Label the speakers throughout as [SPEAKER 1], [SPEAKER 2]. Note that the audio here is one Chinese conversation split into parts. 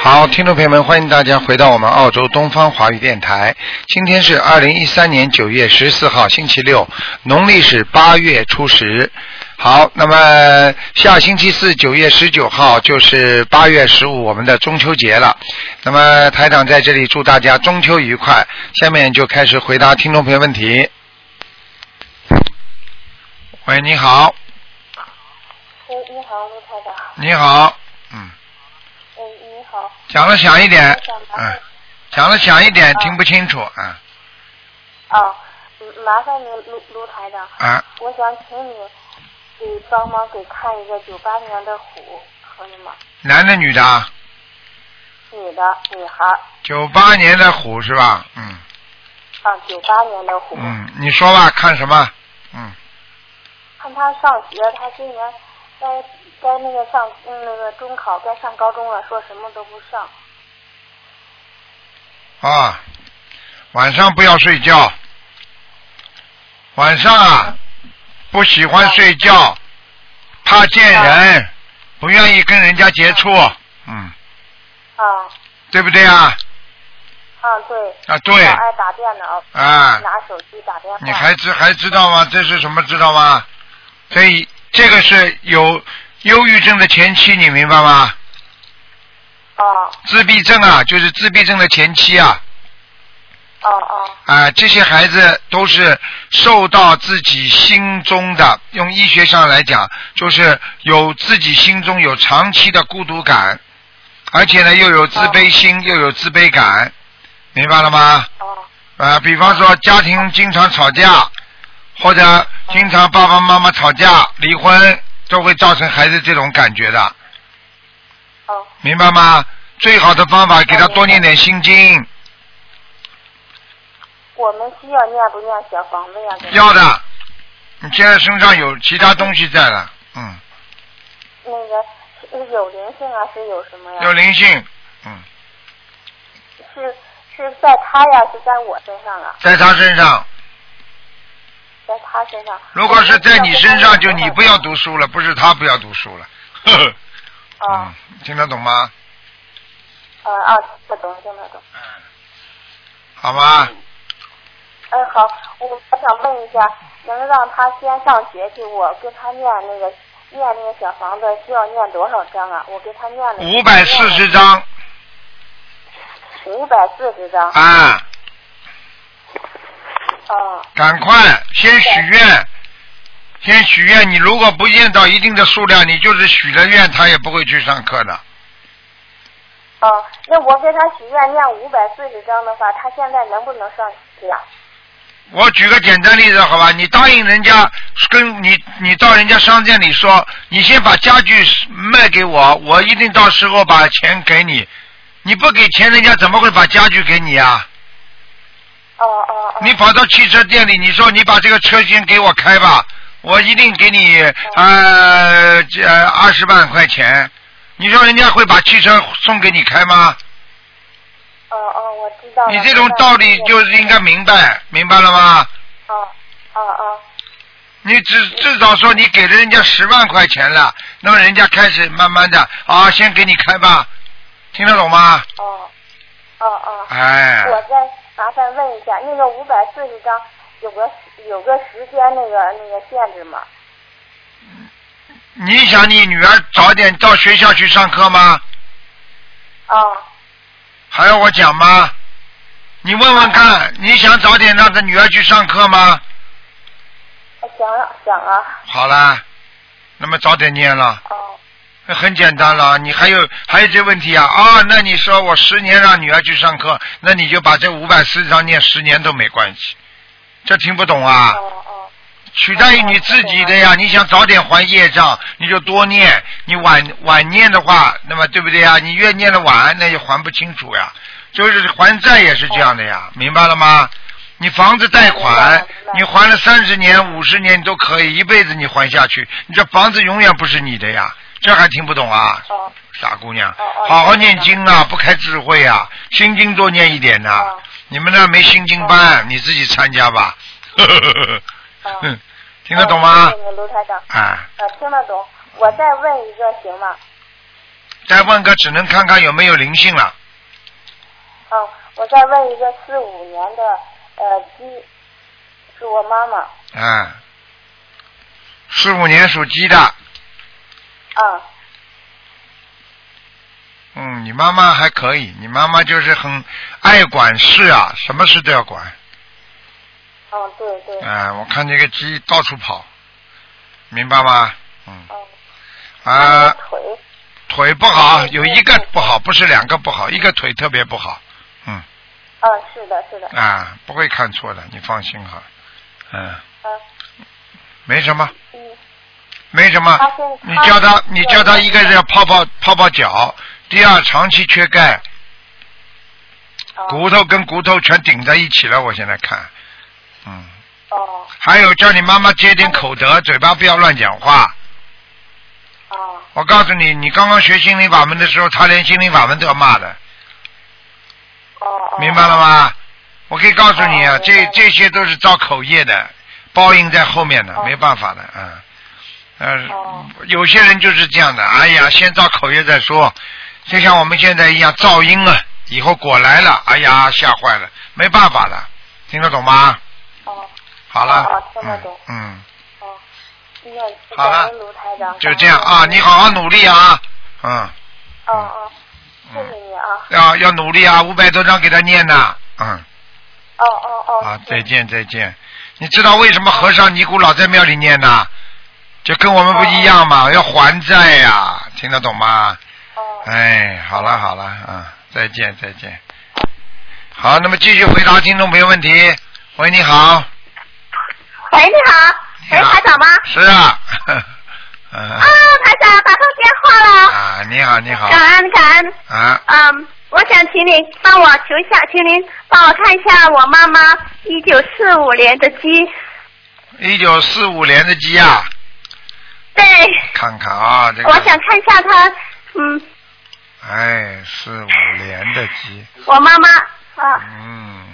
[SPEAKER 1] 好，听众朋友们，欢迎大家回到我们澳洲东方华语电台。今天是二零一三年九月十四号，星期六，农历是八月初十。好，那么下星期四九月十九号就是八月十五，我们的中秋节了。那么台长在这里祝大家中秋愉快。下面就开始回答听众朋友问题。喂，你好，
[SPEAKER 2] 喂，嗯你好，卢台长。
[SPEAKER 1] 你好，嗯，
[SPEAKER 2] 哎，你好。
[SPEAKER 1] 讲了响一点
[SPEAKER 2] 我想，
[SPEAKER 1] 嗯
[SPEAKER 2] 麻烦，
[SPEAKER 1] 讲了响一点，听不清楚，嗯，
[SPEAKER 2] 哦，嗯麻烦您卢卢台长，
[SPEAKER 1] 啊，
[SPEAKER 2] 我想请你给帮忙给看一个九八年的虎，可以吗？
[SPEAKER 1] 男的女的啊？
[SPEAKER 2] 女的，女孩儿，
[SPEAKER 1] 九八年的虎是吧？嗯
[SPEAKER 2] 啊，九八年的虎。
[SPEAKER 1] 嗯，你说吧，看什么？嗯，
[SPEAKER 2] 看她上学，她今年该该那个上嗯那个中考，该上高中了，说什么都不上。
[SPEAKER 1] 啊，晚上不要睡觉，晚上啊不喜欢睡觉，怕见人，不愿意跟人家接触，嗯，
[SPEAKER 2] 啊
[SPEAKER 1] 对不对啊？
[SPEAKER 2] 啊，对。
[SPEAKER 1] 啊对
[SPEAKER 2] 老爱打电脑，
[SPEAKER 1] 啊，
[SPEAKER 2] 拿手机打电话。
[SPEAKER 1] 你还知还知道吗？这是什么知道吗？所以这个是有忧郁症的前期，你明白吗？
[SPEAKER 2] 哦
[SPEAKER 1] 自闭症啊，就是自闭症的前期啊。
[SPEAKER 2] 哦哦
[SPEAKER 1] 啊、这些孩子都是受到自己心中的，用医学上来讲，就是有自己心中有长期的孤独感，而且呢又有自卑心，又有自卑感，明白了吗？
[SPEAKER 2] 哦
[SPEAKER 1] 啊，比方说家庭经常吵架，或者经常爸爸妈妈吵架、离婚，都会造成孩子这种感觉的，
[SPEAKER 2] 哦
[SPEAKER 1] 明白吗？最好的方法给他多念点心
[SPEAKER 2] 哦
[SPEAKER 1] 经，
[SPEAKER 2] 我们需要念不念小房子呀？给
[SPEAKER 1] 要的。你现在身上有其他东西在了，嗯。
[SPEAKER 2] 那个是有灵性啊，是有什么呀？
[SPEAKER 1] 有灵性，嗯，
[SPEAKER 2] 是是在他呀，是在我身上啊，
[SPEAKER 1] 在他身上。
[SPEAKER 2] 在他身上。
[SPEAKER 1] 如果是在你身上，就
[SPEAKER 2] 我们
[SPEAKER 1] 你
[SPEAKER 2] 需要跟他
[SPEAKER 1] 不要读书了，不是他不要读书了。呵呵
[SPEAKER 2] 啊
[SPEAKER 1] 嗯，听得懂吗？
[SPEAKER 2] 呃啊，听得懂，听得懂。
[SPEAKER 1] 好吗？
[SPEAKER 2] 嗯，好，我我想问一下，能让他先上学去，我跟他念那个念那个小房子需要念多少章啊？我给他念了
[SPEAKER 1] 五百四十张
[SPEAKER 2] 五百四十章。
[SPEAKER 1] 啊，
[SPEAKER 2] 啊
[SPEAKER 1] 赶快先许愿，先许愿。你如果不念到一定的数量，你就是许了愿，他也不会去上课的。
[SPEAKER 2] 哦，那我给他许愿念五百四十章的话，他现在能不能上啊学呀、
[SPEAKER 1] 我举个简单例子，好吧？你答应人家，跟你你到人家商店里说，你先把家具卖给我，我一定到时候把钱给你。你不给钱，人家怎么会把家具给你啊？
[SPEAKER 2] 哦哦哦。
[SPEAKER 1] 你跑到汽车店里，你说你把这个车先给我开吧，我一定给你呃这二十万块钱。你说人家会把汽车送给你开吗？
[SPEAKER 2] 哦哦，我知道了。
[SPEAKER 1] 你这种道理就是应该明白，明白了吗？
[SPEAKER 2] 哦哦哦
[SPEAKER 1] 你至至少说你给了人家十万块钱了，那么人家开始慢慢的啊，先给你开吧，听得懂吗？
[SPEAKER 2] 哦哦哦。
[SPEAKER 1] 哎，
[SPEAKER 2] 我再麻烦问一下，那个五百四十张有个有个时间那个那个限制吗？
[SPEAKER 1] 你想你女儿早点到学校去上课吗？
[SPEAKER 2] 哦
[SPEAKER 1] 还要我讲吗？你问问
[SPEAKER 2] 哦
[SPEAKER 1] 看，你想早点让她女儿去上课吗？
[SPEAKER 2] 想了想啊，
[SPEAKER 1] 好啦，那么早点念了，
[SPEAKER 2] 哦
[SPEAKER 1] 那很简单了。你还有还有这问题啊？啊，那你说我十年让女儿去上课，那你就把这五百四十张念十年都没关系，这听不懂啊？
[SPEAKER 2] 哦哦
[SPEAKER 1] 取代于你自己的呀。你想早点还业障，你就多念；你晚晚念的话，那么对不对呀？你越念的晚，那就还不清楚呀。就是还债也是这样的呀，明白了吗？你房子贷
[SPEAKER 2] 明白
[SPEAKER 1] 款
[SPEAKER 2] 了明白，
[SPEAKER 1] 你还了三十年、五十年你都可以，一辈子你还下去，你这房子永远不是你的呀。这还听不懂啊，
[SPEAKER 2] 哦
[SPEAKER 1] 傻姑娘
[SPEAKER 2] 哦哦，
[SPEAKER 1] 好好念经啊，不开智慧啊，心经多念一点呐、
[SPEAKER 2] 哦
[SPEAKER 1] 你们那儿没心经班，你自己参加吧。
[SPEAKER 2] 哦。
[SPEAKER 1] 嗯，听得懂吗
[SPEAKER 2] 哦？那个卢台长，
[SPEAKER 1] 啊，
[SPEAKER 2] 呃，听得懂。我再问一个行吗？
[SPEAKER 1] 再问个只能看看有没有灵性了。
[SPEAKER 2] 嗯，我再问一个四五年的呃鸡，是我妈妈。
[SPEAKER 1] 嗯，四五年属鸡的，
[SPEAKER 2] 嗯
[SPEAKER 1] 嗯，你妈妈还可以，你妈妈就是很爱管事啊，什么事都要管。
[SPEAKER 2] 嗯，对对，嗯
[SPEAKER 1] 嗯，我看这个鸡到处跑，明白吗？嗯
[SPEAKER 2] 她
[SPEAKER 1] 啊
[SPEAKER 2] 的，腿嗯
[SPEAKER 1] 腿不好，有一个不好，不是两个不好，一个腿特别不好。嗯
[SPEAKER 2] 嗯是的是的
[SPEAKER 1] 啊，不会看错的，你放心哈。嗯，
[SPEAKER 2] 嗯
[SPEAKER 1] 没什么，
[SPEAKER 2] 嗯
[SPEAKER 1] 没什么
[SPEAKER 2] 她现在。
[SPEAKER 1] 你叫他，
[SPEAKER 2] 她
[SPEAKER 1] 你叫他一个是要泡泡泡泡脚，第二长期缺钙，
[SPEAKER 2] 哦
[SPEAKER 1] 骨头跟骨头全顶在一起了，我现在看。嗯，
[SPEAKER 2] 哦
[SPEAKER 1] 还有叫你妈妈接点口德，嘴巴不要乱讲话。
[SPEAKER 2] 哦
[SPEAKER 1] 我告诉你，你刚刚学心灵法门的时候，他连心灵法门都要骂的，
[SPEAKER 2] 哦哦
[SPEAKER 1] 明白了？吗？我可以告诉你啊，
[SPEAKER 2] 哦
[SPEAKER 1] 这
[SPEAKER 2] 明白了
[SPEAKER 1] 这些都是造口业的，报应在后面的，
[SPEAKER 2] 哦
[SPEAKER 1] 没办法的，嗯，呃，
[SPEAKER 2] 哦嗯
[SPEAKER 1] 有些人就是这样的，哎呀，先造口业再说，就像我们现在一样，噪音啊，以后果来了，哎呀，吓坏了，没办法的，听得懂吗？
[SPEAKER 2] 哦
[SPEAKER 1] 好了，
[SPEAKER 2] 哦听得懂
[SPEAKER 1] 嗯，
[SPEAKER 2] 哦，那
[SPEAKER 1] 好了
[SPEAKER 2] 感恩卢台长
[SPEAKER 1] 嗯，就这样啊，你好好努力啊，嗯
[SPEAKER 2] 嗯嗯，谢
[SPEAKER 1] 嗯
[SPEAKER 2] 谢，你啊，
[SPEAKER 1] 要要努力啊，五百多张给他念呐，嗯。
[SPEAKER 2] 哦哦哦，
[SPEAKER 1] 啊，
[SPEAKER 2] 谢
[SPEAKER 1] 再
[SPEAKER 2] 谢
[SPEAKER 1] 见再见。你知道为什么和尚尼姑老在庙里念呢？就跟我们不一样嘛，要还债呀、听得懂吗？
[SPEAKER 2] 哦
[SPEAKER 1] 哎，好了好了啊，再见再见。好，那么继续回答听众朋友问题。喂，你好，
[SPEAKER 3] 喂，你好，喂，
[SPEAKER 1] 你好
[SPEAKER 3] 台长吗？
[SPEAKER 1] 是啊， 嗯
[SPEAKER 3] 啊，台长打通电话了，
[SPEAKER 1] 啊，你好你好
[SPEAKER 3] 感恩感恩。
[SPEAKER 1] 啊，
[SPEAKER 3] 嗯，我想请你帮我求一下，请您帮我看一下我妈妈一九四五年的鸡。
[SPEAKER 1] 一九四五年的鸡啊，
[SPEAKER 3] 对，
[SPEAKER 1] 看看啊，这个，
[SPEAKER 3] 我想看一下她，嗯，
[SPEAKER 1] 哎，四五年的鸡，
[SPEAKER 3] 我妈妈啊，
[SPEAKER 1] 嗯。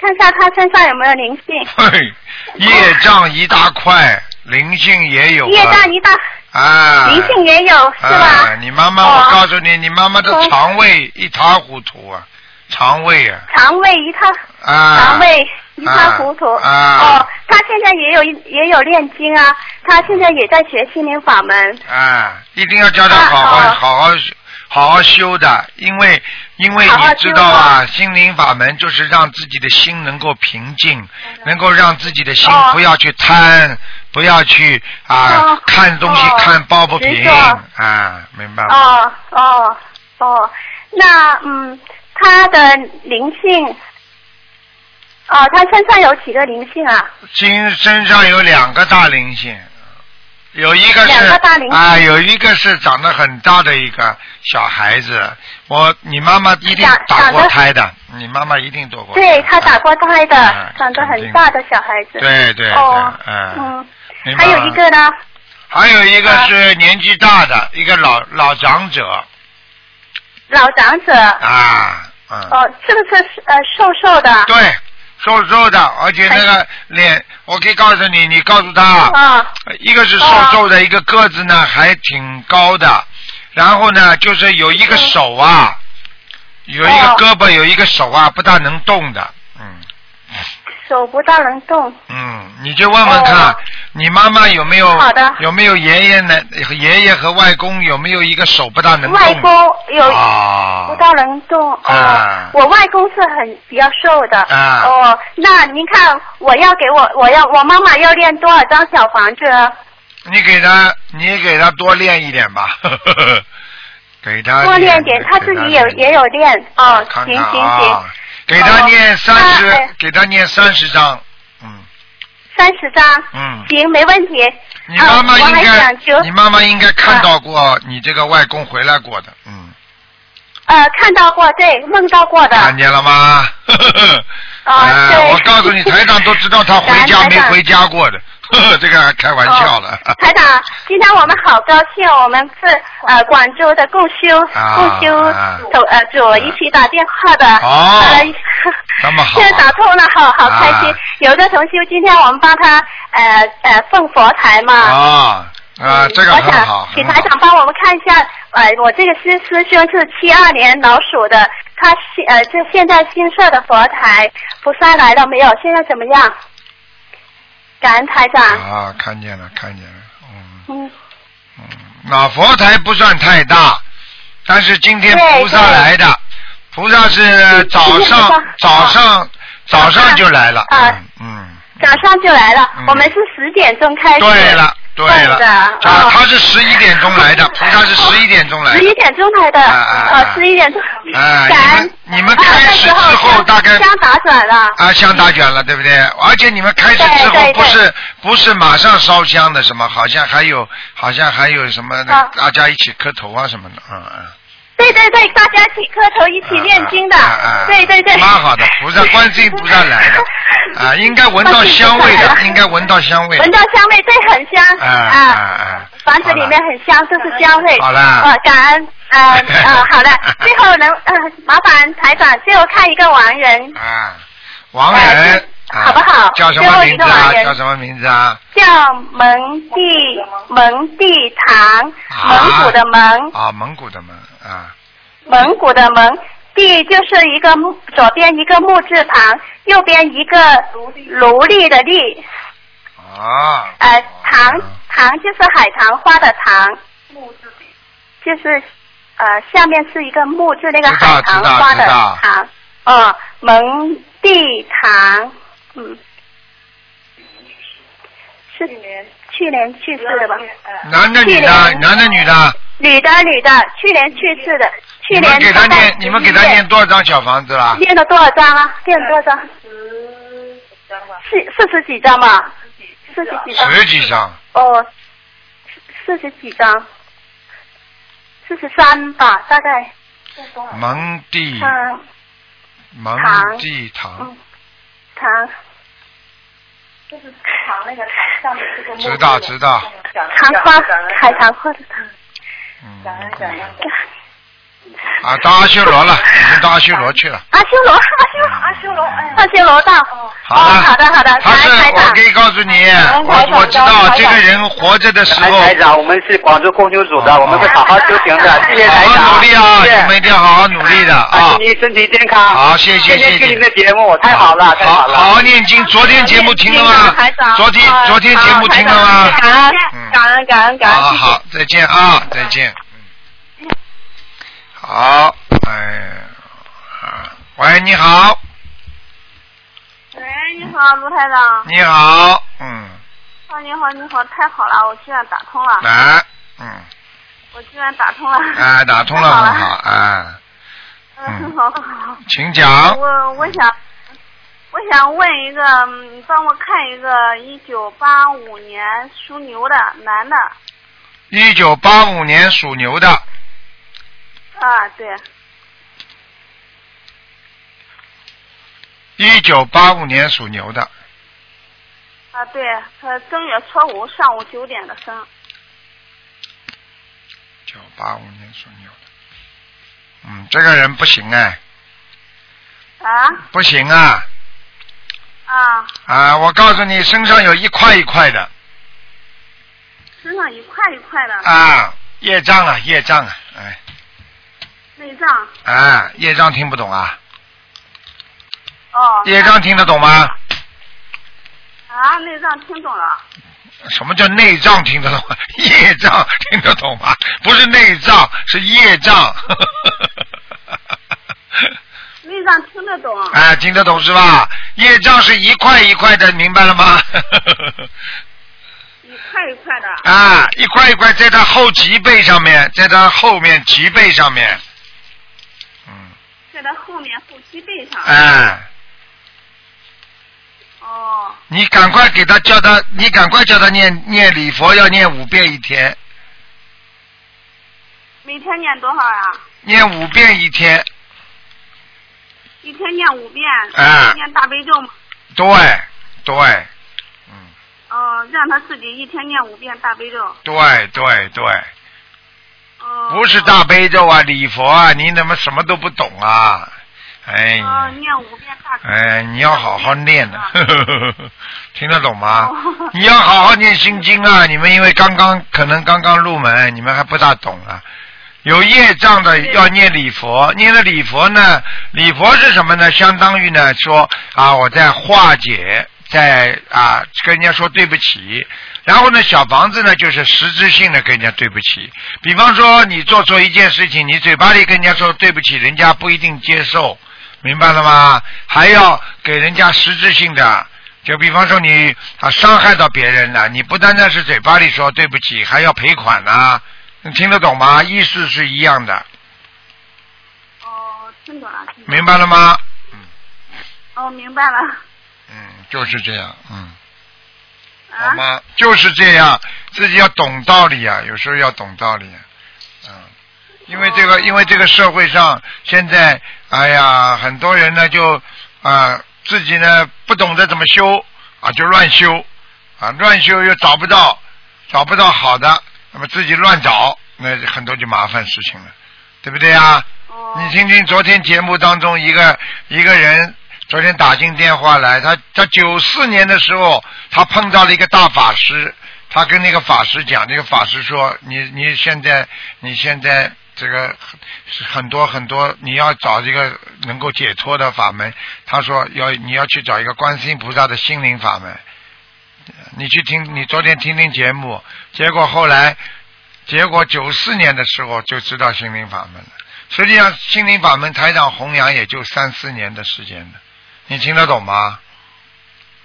[SPEAKER 3] 看一下她身上有没有灵性，
[SPEAKER 1] 嘿，业障一大块，灵性也有啊。
[SPEAKER 3] 业障一大，
[SPEAKER 1] 啊，
[SPEAKER 3] 灵性也有、是
[SPEAKER 1] 啊
[SPEAKER 3] 吧？
[SPEAKER 1] 你妈妈，
[SPEAKER 3] 哦
[SPEAKER 1] 我告诉你，你妈妈的肠胃一塌糊涂啊，肠胃啊，
[SPEAKER 3] 肠胃一塌，
[SPEAKER 1] 啊，
[SPEAKER 3] 肠胃一塌糊涂。
[SPEAKER 1] 啊啊
[SPEAKER 3] 哦，她现在也有也有念经啊，她现在也在学心灵法门。
[SPEAKER 1] 啊，一定要叫她好好、
[SPEAKER 3] 啊
[SPEAKER 1] 好好修好好修的，因为因为
[SPEAKER 3] 好好
[SPEAKER 1] 你
[SPEAKER 3] 修
[SPEAKER 1] 知道啊，心灵法门就是让自己的心能够平静，能够让自己的心
[SPEAKER 3] 哦
[SPEAKER 1] 不要去贪，不要去啊、
[SPEAKER 3] 哦
[SPEAKER 1] 看东西
[SPEAKER 3] 哦
[SPEAKER 1] 看抱不
[SPEAKER 3] 执
[SPEAKER 1] 平
[SPEAKER 3] 着
[SPEAKER 1] 啊，明白吗？
[SPEAKER 3] 哦哦哦，那嗯，他的灵性，哦，他身上有几个灵性啊？
[SPEAKER 1] 今身上有两个大灵性，有一个是
[SPEAKER 3] 两个大灵性
[SPEAKER 1] 啊，有一个是长得很大的一个小孩子。我你妈妈一定
[SPEAKER 3] 长
[SPEAKER 1] 打
[SPEAKER 3] 长
[SPEAKER 1] 过
[SPEAKER 3] 得
[SPEAKER 1] 胎的，你妈妈一定堕过胎。
[SPEAKER 3] 对他打过胎的，
[SPEAKER 1] 嗯
[SPEAKER 3] 长得很大的小孩子。
[SPEAKER 1] 嗯。对对对，
[SPEAKER 3] 哦，
[SPEAKER 1] 嗯，
[SPEAKER 3] 嗯，
[SPEAKER 1] 明白
[SPEAKER 3] 还
[SPEAKER 1] 吗
[SPEAKER 3] 有一，个呢，啊
[SPEAKER 1] 还有一个是年纪大的一个老老长者
[SPEAKER 3] 老长者，
[SPEAKER 1] 啊，嗯，
[SPEAKER 3] 哦，是不是呃瘦瘦的？
[SPEAKER 1] 对，瘦瘦的，而且那个脸，我可以告诉你，你告诉他，
[SPEAKER 3] 啊，
[SPEAKER 1] 一个是瘦瘦的，一个个子呢还挺高的，然后呢就是有一个手啊，有一个
[SPEAKER 3] 哦
[SPEAKER 1] 胳膊，有一个手啊，不大能动的，嗯
[SPEAKER 3] 手不大能动。
[SPEAKER 1] 嗯，你就问问看
[SPEAKER 3] 哦，
[SPEAKER 1] 你妈妈有没有
[SPEAKER 3] 好的
[SPEAKER 1] 有没有爷爷呢？爷爷和外公有没有一个手不大能动？
[SPEAKER 3] 外公有
[SPEAKER 1] 啊
[SPEAKER 3] 不大能动
[SPEAKER 1] 啊
[SPEAKER 3] 哦，我外公是很比较瘦的
[SPEAKER 1] 啊
[SPEAKER 3] 哦。那您看，我要给我我要我妈妈要练多少张小房子？啊
[SPEAKER 1] 你给他，你给他多练一点吧， 给他
[SPEAKER 3] 多练点，他自己也也有练哦。
[SPEAKER 1] 看
[SPEAKER 3] 行
[SPEAKER 1] 看
[SPEAKER 3] 行
[SPEAKER 1] 啊
[SPEAKER 3] 行，，
[SPEAKER 1] 给他
[SPEAKER 3] 哦
[SPEAKER 1] 念三十、
[SPEAKER 3] 那哎
[SPEAKER 1] 给他念三十章，嗯
[SPEAKER 3] 三十张，
[SPEAKER 1] 嗯，
[SPEAKER 3] 行，没问题。
[SPEAKER 1] 你妈妈
[SPEAKER 3] 啊
[SPEAKER 1] 应
[SPEAKER 3] 我还
[SPEAKER 1] 该
[SPEAKER 3] 想求，
[SPEAKER 1] 你妈妈应该看到过你这个外公回来过的，嗯，
[SPEAKER 3] 呃，看到过，对，梦到过的。
[SPEAKER 1] 看见了吗？
[SPEAKER 3] 啊
[SPEAKER 1] 哎
[SPEAKER 3] 对
[SPEAKER 1] 啊我告诉你，台长都知道他回家
[SPEAKER 3] 感恩
[SPEAKER 1] 没
[SPEAKER 3] 台长
[SPEAKER 1] 回家过的， 呵呵，这个还开玩笑了。
[SPEAKER 3] 哦台长，今天我们好高兴，我们是呃广州的共修、
[SPEAKER 1] 啊
[SPEAKER 3] 共修
[SPEAKER 1] 啊
[SPEAKER 3] 组呃组一起打电话的，
[SPEAKER 1] 哦
[SPEAKER 3] 呃
[SPEAKER 1] 这么好啊
[SPEAKER 3] 现在打通了，好好开心。
[SPEAKER 1] 啊
[SPEAKER 3] 有一个同修，今天我们帮他呃呃奉佛台嘛，
[SPEAKER 1] 啊啊，
[SPEAKER 3] 嗯
[SPEAKER 1] 这个
[SPEAKER 3] 我
[SPEAKER 1] 很
[SPEAKER 3] 想
[SPEAKER 1] 好，
[SPEAKER 3] 请
[SPEAKER 1] 很
[SPEAKER 3] 台
[SPEAKER 1] 好
[SPEAKER 3] 长帮我们看一下呃，我这个师师兄是七二年老鼠的，他现呃就现在新设的佛台，菩萨来了没有？现在怎么样？感恩台长。
[SPEAKER 1] 啊，看见了，看见了，嗯
[SPEAKER 3] 嗯，
[SPEAKER 1] 嗯，那佛台不算太大，但是今天
[SPEAKER 3] 对
[SPEAKER 1] 菩萨
[SPEAKER 3] 对
[SPEAKER 1] 来的，菩萨是早
[SPEAKER 3] 今天菩萨
[SPEAKER 1] 上早
[SPEAKER 3] 啊
[SPEAKER 1] 上早上就来了，
[SPEAKER 3] 啊
[SPEAKER 1] 嗯嗯，
[SPEAKER 3] 早上就来了，
[SPEAKER 1] 嗯
[SPEAKER 3] 我们是十点钟开始。
[SPEAKER 1] 对了对了
[SPEAKER 3] 是的，
[SPEAKER 1] 啊
[SPEAKER 3] 哦，
[SPEAKER 1] 他是十一点钟来的，菩萨是十一点钟来
[SPEAKER 3] 十一
[SPEAKER 1] 的。
[SPEAKER 3] 点钟来的，
[SPEAKER 1] 啊啊啊
[SPEAKER 3] 呃，十一点钟。
[SPEAKER 1] 啊你
[SPEAKER 3] 感恩
[SPEAKER 1] 们你们开始之后
[SPEAKER 3] 啊那时候
[SPEAKER 1] 大概
[SPEAKER 3] 香香打转了。
[SPEAKER 1] 啊，香打卷了，对不对？而且你们开始之
[SPEAKER 3] 对
[SPEAKER 1] 后
[SPEAKER 3] 对
[SPEAKER 1] 不是不是马上烧香的什么，好像还有好像还有什么
[SPEAKER 3] 啊
[SPEAKER 1] 大家一起磕头啊什么的，嗯嗯。
[SPEAKER 3] 对对对，大家一起磕头，一起念经的。
[SPEAKER 1] 啊啊啊
[SPEAKER 3] 对对对。
[SPEAKER 1] 蛮好的，菩萨观世音菩萨来 了，啊，应该闻到香味
[SPEAKER 3] 观世音菩萨来
[SPEAKER 1] 的，
[SPEAKER 3] 了
[SPEAKER 1] 应该闻到香味。
[SPEAKER 3] 闻到香味，对，很香
[SPEAKER 1] 啊啊啊！
[SPEAKER 3] 房子里面很香，就是香味。
[SPEAKER 1] 好啦
[SPEAKER 3] 呃，感恩，呃 呃，好的。最后能呃，麻烦台长最后看一个亡人，
[SPEAKER 1] 啊，王人，
[SPEAKER 3] 哎
[SPEAKER 1] 啊
[SPEAKER 3] 好不好
[SPEAKER 1] 叫什么名字
[SPEAKER 3] 最后一个
[SPEAKER 1] 啊？
[SPEAKER 3] 王人
[SPEAKER 1] 叫什么名字啊？
[SPEAKER 3] 叫蒙地蒙地堂，
[SPEAKER 1] 啊
[SPEAKER 3] 蒙古的蒙，
[SPEAKER 1] 啊，蒙古的蒙啊，
[SPEAKER 3] 蒙古的蒙。地就是一个木，左边一个木字旁，右边一个奴隶的隶，
[SPEAKER 1] 哦。
[SPEAKER 3] 呃，糖糖就是海棠花的糖，就是呃下面是一个木字那个
[SPEAKER 1] 知道
[SPEAKER 3] 海棠花的
[SPEAKER 1] 知道知
[SPEAKER 3] 糖，哦，蒙地糖，嗯，是去年去世的吧？
[SPEAKER 1] 男的女的？
[SPEAKER 3] 去年
[SPEAKER 1] 男的女的？
[SPEAKER 3] 女的女的，去年去世的，去
[SPEAKER 1] 你们
[SPEAKER 3] 年
[SPEAKER 1] 给他
[SPEAKER 3] 她在
[SPEAKER 1] 念，你们给他念多少张小房子啦？
[SPEAKER 3] 念了多少张啊？念了多少张？四四十几张吧，四十几张。
[SPEAKER 1] 十几张，
[SPEAKER 3] 哦，四十几张，四十三吧，大概。
[SPEAKER 1] 蒙地
[SPEAKER 3] 嗯
[SPEAKER 1] 蒙
[SPEAKER 3] 糖
[SPEAKER 1] 地堂
[SPEAKER 3] 嗯，，糖
[SPEAKER 1] 知道知道，
[SPEAKER 3] 糖花海棠花的糖。
[SPEAKER 1] 嗯，啊，到阿修罗了，已经到阿修罗去了。
[SPEAKER 3] 阿修罗，阿修
[SPEAKER 1] 阿修罗哎
[SPEAKER 3] 阿修罗道。
[SPEAKER 1] 好
[SPEAKER 3] 哦
[SPEAKER 1] 的，
[SPEAKER 3] 好的好的，
[SPEAKER 1] 他是
[SPEAKER 3] 来台
[SPEAKER 1] 我
[SPEAKER 3] 长
[SPEAKER 1] 可。以告诉你，
[SPEAKER 4] 啊嗯台
[SPEAKER 1] 我
[SPEAKER 4] 长
[SPEAKER 1] 我知道
[SPEAKER 4] 台长
[SPEAKER 1] 这个人活着的时
[SPEAKER 4] 台
[SPEAKER 1] 候，
[SPEAKER 4] 台长，我们是广州供修组的，
[SPEAKER 1] 哦
[SPEAKER 4] 我们会好好修行的，谢谢台
[SPEAKER 1] 好
[SPEAKER 4] 长，
[SPEAKER 1] 好努力啊，
[SPEAKER 4] 谢谢
[SPEAKER 1] 你们一定要好好努力的啊
[SPEAKER 4] 啊，。祝您身体健康。
[SPEAKER 1] 好谢谢
[SPEAKER 4] 天天
[SPEAKER 1] 谢谢
[SPEAKER 4] 听您的节目，太好了，太
[SPEAKER 1] 好
[SPEAKER 4] 了。
[SPEAKER 1] 好好念经，昨天节目听了吗
[SPEAKER 5] 台？长
[SPEAKER 1] 昨天
[SPEAKER 3] 哦
[SPEAKER 5] 啊
[SPEAKER 1] 昨天节目听了
[SPEAKER 5] 啊
[SPEAKER 1] 吗？
[SPEAKER 5] 感恩
[SPEAKER 1] 嗯
[SPEAKER 5] 感恩感恩感
[SPEAKER 1] 好
[SPEAKER 5] 恩，谢谢。
[SPEAKER 1] 好，再见啊，再见。嗯，好，哎呀，啊喂，你好，
[SPEAKER 5] 喂，你好，卢台长。
[SPEAKER 1] 你好，嗯，
[SPEAKER 5] 啊，你好，你好，太好了，我居然打通了，
[SPEAKER 1] 来，嗯，
[SPEAKER 5] 我居然打通了。
[SPEAKER 1] 哎，打通了，
[SPEAKER 5] 太好
[SPEAKER 1] 很
[SPEAKER 5] 了
[SPEAKER 1] 好，哎，
[SPEAKER 5] 嗯， 好好好。
[SPEAKER 1] 请讲。
[SPEAKER 5] 我我想，我想问一个，嗯你帮我看一个一九八五年属牛的男的。
[SPEAKER 1] 一九八五年属牛的，
[SPEAKER 5] 啊，对，
[SPEAKER 1] 一九八五年属牛的，
[SPEAKER 5] 啊对，他正月初五上午九点的生。
[SPEAKER 1] 九八五年属牛的，嗯，这个人不行哎，
[SPEAKER 5] 啊
[SPEAKER 1] 不行啊
[SPEAKER 5] 啊，
[SPEAKER 1] 啊！我告诉你，身上有一块一块的
[SPEAKER 5] 身上一块一块的
[SPEAKER 1] 啊，业障啊，业障啊，哎
[SPEAKER 5] 内脏。
[SPEAKER 1] 啊，业障听不懂啊？
[SPEAKER 5] 哦。
[SPEAKER 1] 业障听得懂吗？
[SPEAKER 5] 啊，内脏听懂了。
[SPEAKER 1] 什么叫内障听得懂？ 业障听得懂吗？不是内脏，是业障。
[SPEAKER 5] 内脏听得懂。
[SPEAKER 1] 哎，听得懂是吧？
[SPEAKER 5] 嗯
[SPEAKER 1] 业障是一块一块的，明白了吗？
[SPEAKER 5] 一块一块的。
[SPEAKER 1] 啊，一块一块在他后脊背上面，在他后面脊背上面。嗯，
[SPEAKER 5] 在他后面后脊背上。
[SPEAKER 1] 哎，
[SPEAKER 5] 哦，
[SPEAKER 1] 你赶快给他叫他，你赶快叫他念念礼佛，要念五遍一天，
[SPEAKER 5] 每天念多少呀、
[SPEAKER 1] 念五遍一天。
[SPEAKER 5] 一天念五遍。
[SPEAKER 1] 哎
[SPEAKER 5] 念大悲咒嘛。
[SPEAKER 1] 对，对，嗯，
[SPEAKER 5] 哦，让他自己一天念五遍大悲咒。
[SPEAKER 1] 对对对，
[SPEAKER 5] 哦。
[SPEAKER 1] 不是大悲咒啊，礼佛啊，你怎么什么都不懂啊？哎呀。
[SPEAKER 5] 哦，念五遍 大悲。
[SPEAKER 1] 哎，你要好好念呢、 听得懂吗
[SPEAKER 5] 哦？
[SPEAKER 1] 你要好好念心经啊！你们因为刚刚可能刚刚入门，你们还不大懂啊。有业障的要念礼佛，念了礼佛呢，礼佛是什么呢？相当于呢说啊，我在化解，在啊跟人家说对不起。然后呢，小房子呢就是实质性的跟人家对不起。比方说你做错一件事情，你嘴巴里跟人家说对不起，人家不一定接受，明白了吗？还要给人家实质性的。就比方说你啊伤害到别人了，你不单单是嘴巴里说对不起，还要赔款呐、你听得懂吗？意思是一样的，
[SPEAKER 5] 哦，听懂了，听懂了。
[SPEAKER 1] 明白了吗？
[SPEAKER 5] 哦，明白了。
[SPEAKER 1] 嗯，就是这样，嗯，好
[SPEAKER 5] 啊。
[SPEAKER 1] 吗？就是这样，自己要懂道理啊，有时候要懂道理、啊，嗯，因为
[SPEAKER 5] 哦
[SPEAKER 1] 这个，因为这个社会上现在，哎呀，很多人呢就啊、自己呢不懂得怎么修啊，就乱修啊，乱修又找不到，找不到好的，那么自己乱找，那很多就麻烦事情了，对不对呀、
[SPEAKER 5] 哦。
[SPEAKER 1] 你听听昨天节目当中一个一个人，昨天打进电话来，他他九四年的时候，他碰到了一个大法师，他跟那个法师讲，那个法师说，你你现在你现在这个很多很多，你要找一个能够解脱的法门，他说要你要去找一个观世音菩萨的心灵法门。你去听，你昨天听听节目，结果后来，结果九四年的时候就知道心灵法门了。实际上，心灵法门台长弘扬也就三四年的时间的，你听得懂吗？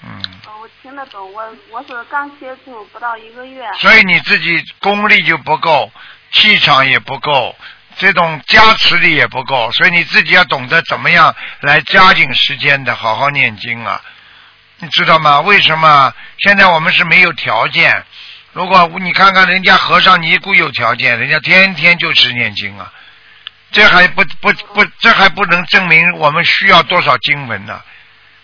[SPEAKER 1] 嗯，
[SPEAKER 5] 哦我听得懂，我我是刚接触不到一个月。
[SPEAKER 1] 所以你自己功力就不够，气场也不够，这种加持力也不够，所以你自己要懂得怎么样来加紧时间的，好好念经啊，你知道吗？为什么现在我们是没有条件？如果你看看人家和尚尼姑有条件，人家天天就是念经啊，这还不不不，这还不能证明我们需要多少经文呢、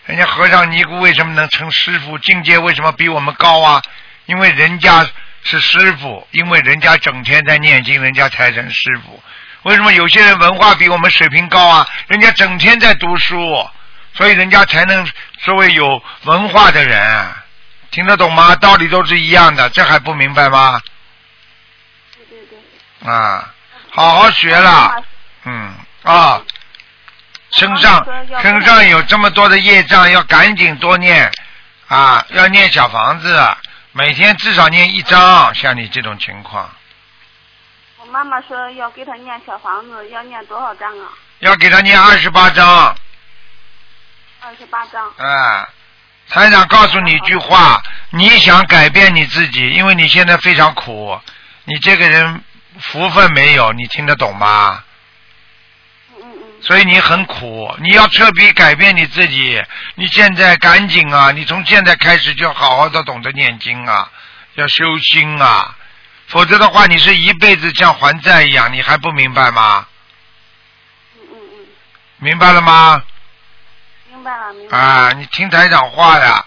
[SPEAKER 1] 人家和尚尼姑为什么能成师傅？境界为什么比我们高啊？因为人家是师傅，因为人家整天在念经，人家才成师傅。为什么有些人文化比我们水平高啊？人家整天在读书，所以人家才能作为有文化的人，听得懂吗？道理都是一样的，这还不明白吗？
[SPEAKER 5] 对对对。
[SPEAKER 1] 啊，好好学啦，嗯啊，身上身上有这么多的业障，要赶紧多念啊，要念小房子，每天至少念一章，像你这种情况，
[SPEAKER 5] 我妈妈说要给她念小房子，要念多少张啊？
[SPEAKER 1] 要给他念二十八章，
[SPEAKER 5] 二十八张。
[SPEAKER 1] 啊。台长告诉你一句话：你想改变你自己，因为你现在非常苦，你这个人福分没有，你听得懂吗？
[SPEAKER 5] 嗯嗯嗯。
[SPEAKER 1] 所以你很苦，你要彻底改变你自己。你现在赶紧啊！你从现在开始就好好的懂得念经啊，要修心啊，否则的话，你是一辈子像还债一样，你还不明白吗？
[SPEAKER 5] 嗯嗯嗯，
[SPEAKER 1] 明白了吗？
[SPEAKER 5] 明白了明白了。
[SPEAKER 1] 啊，你听台长话呀，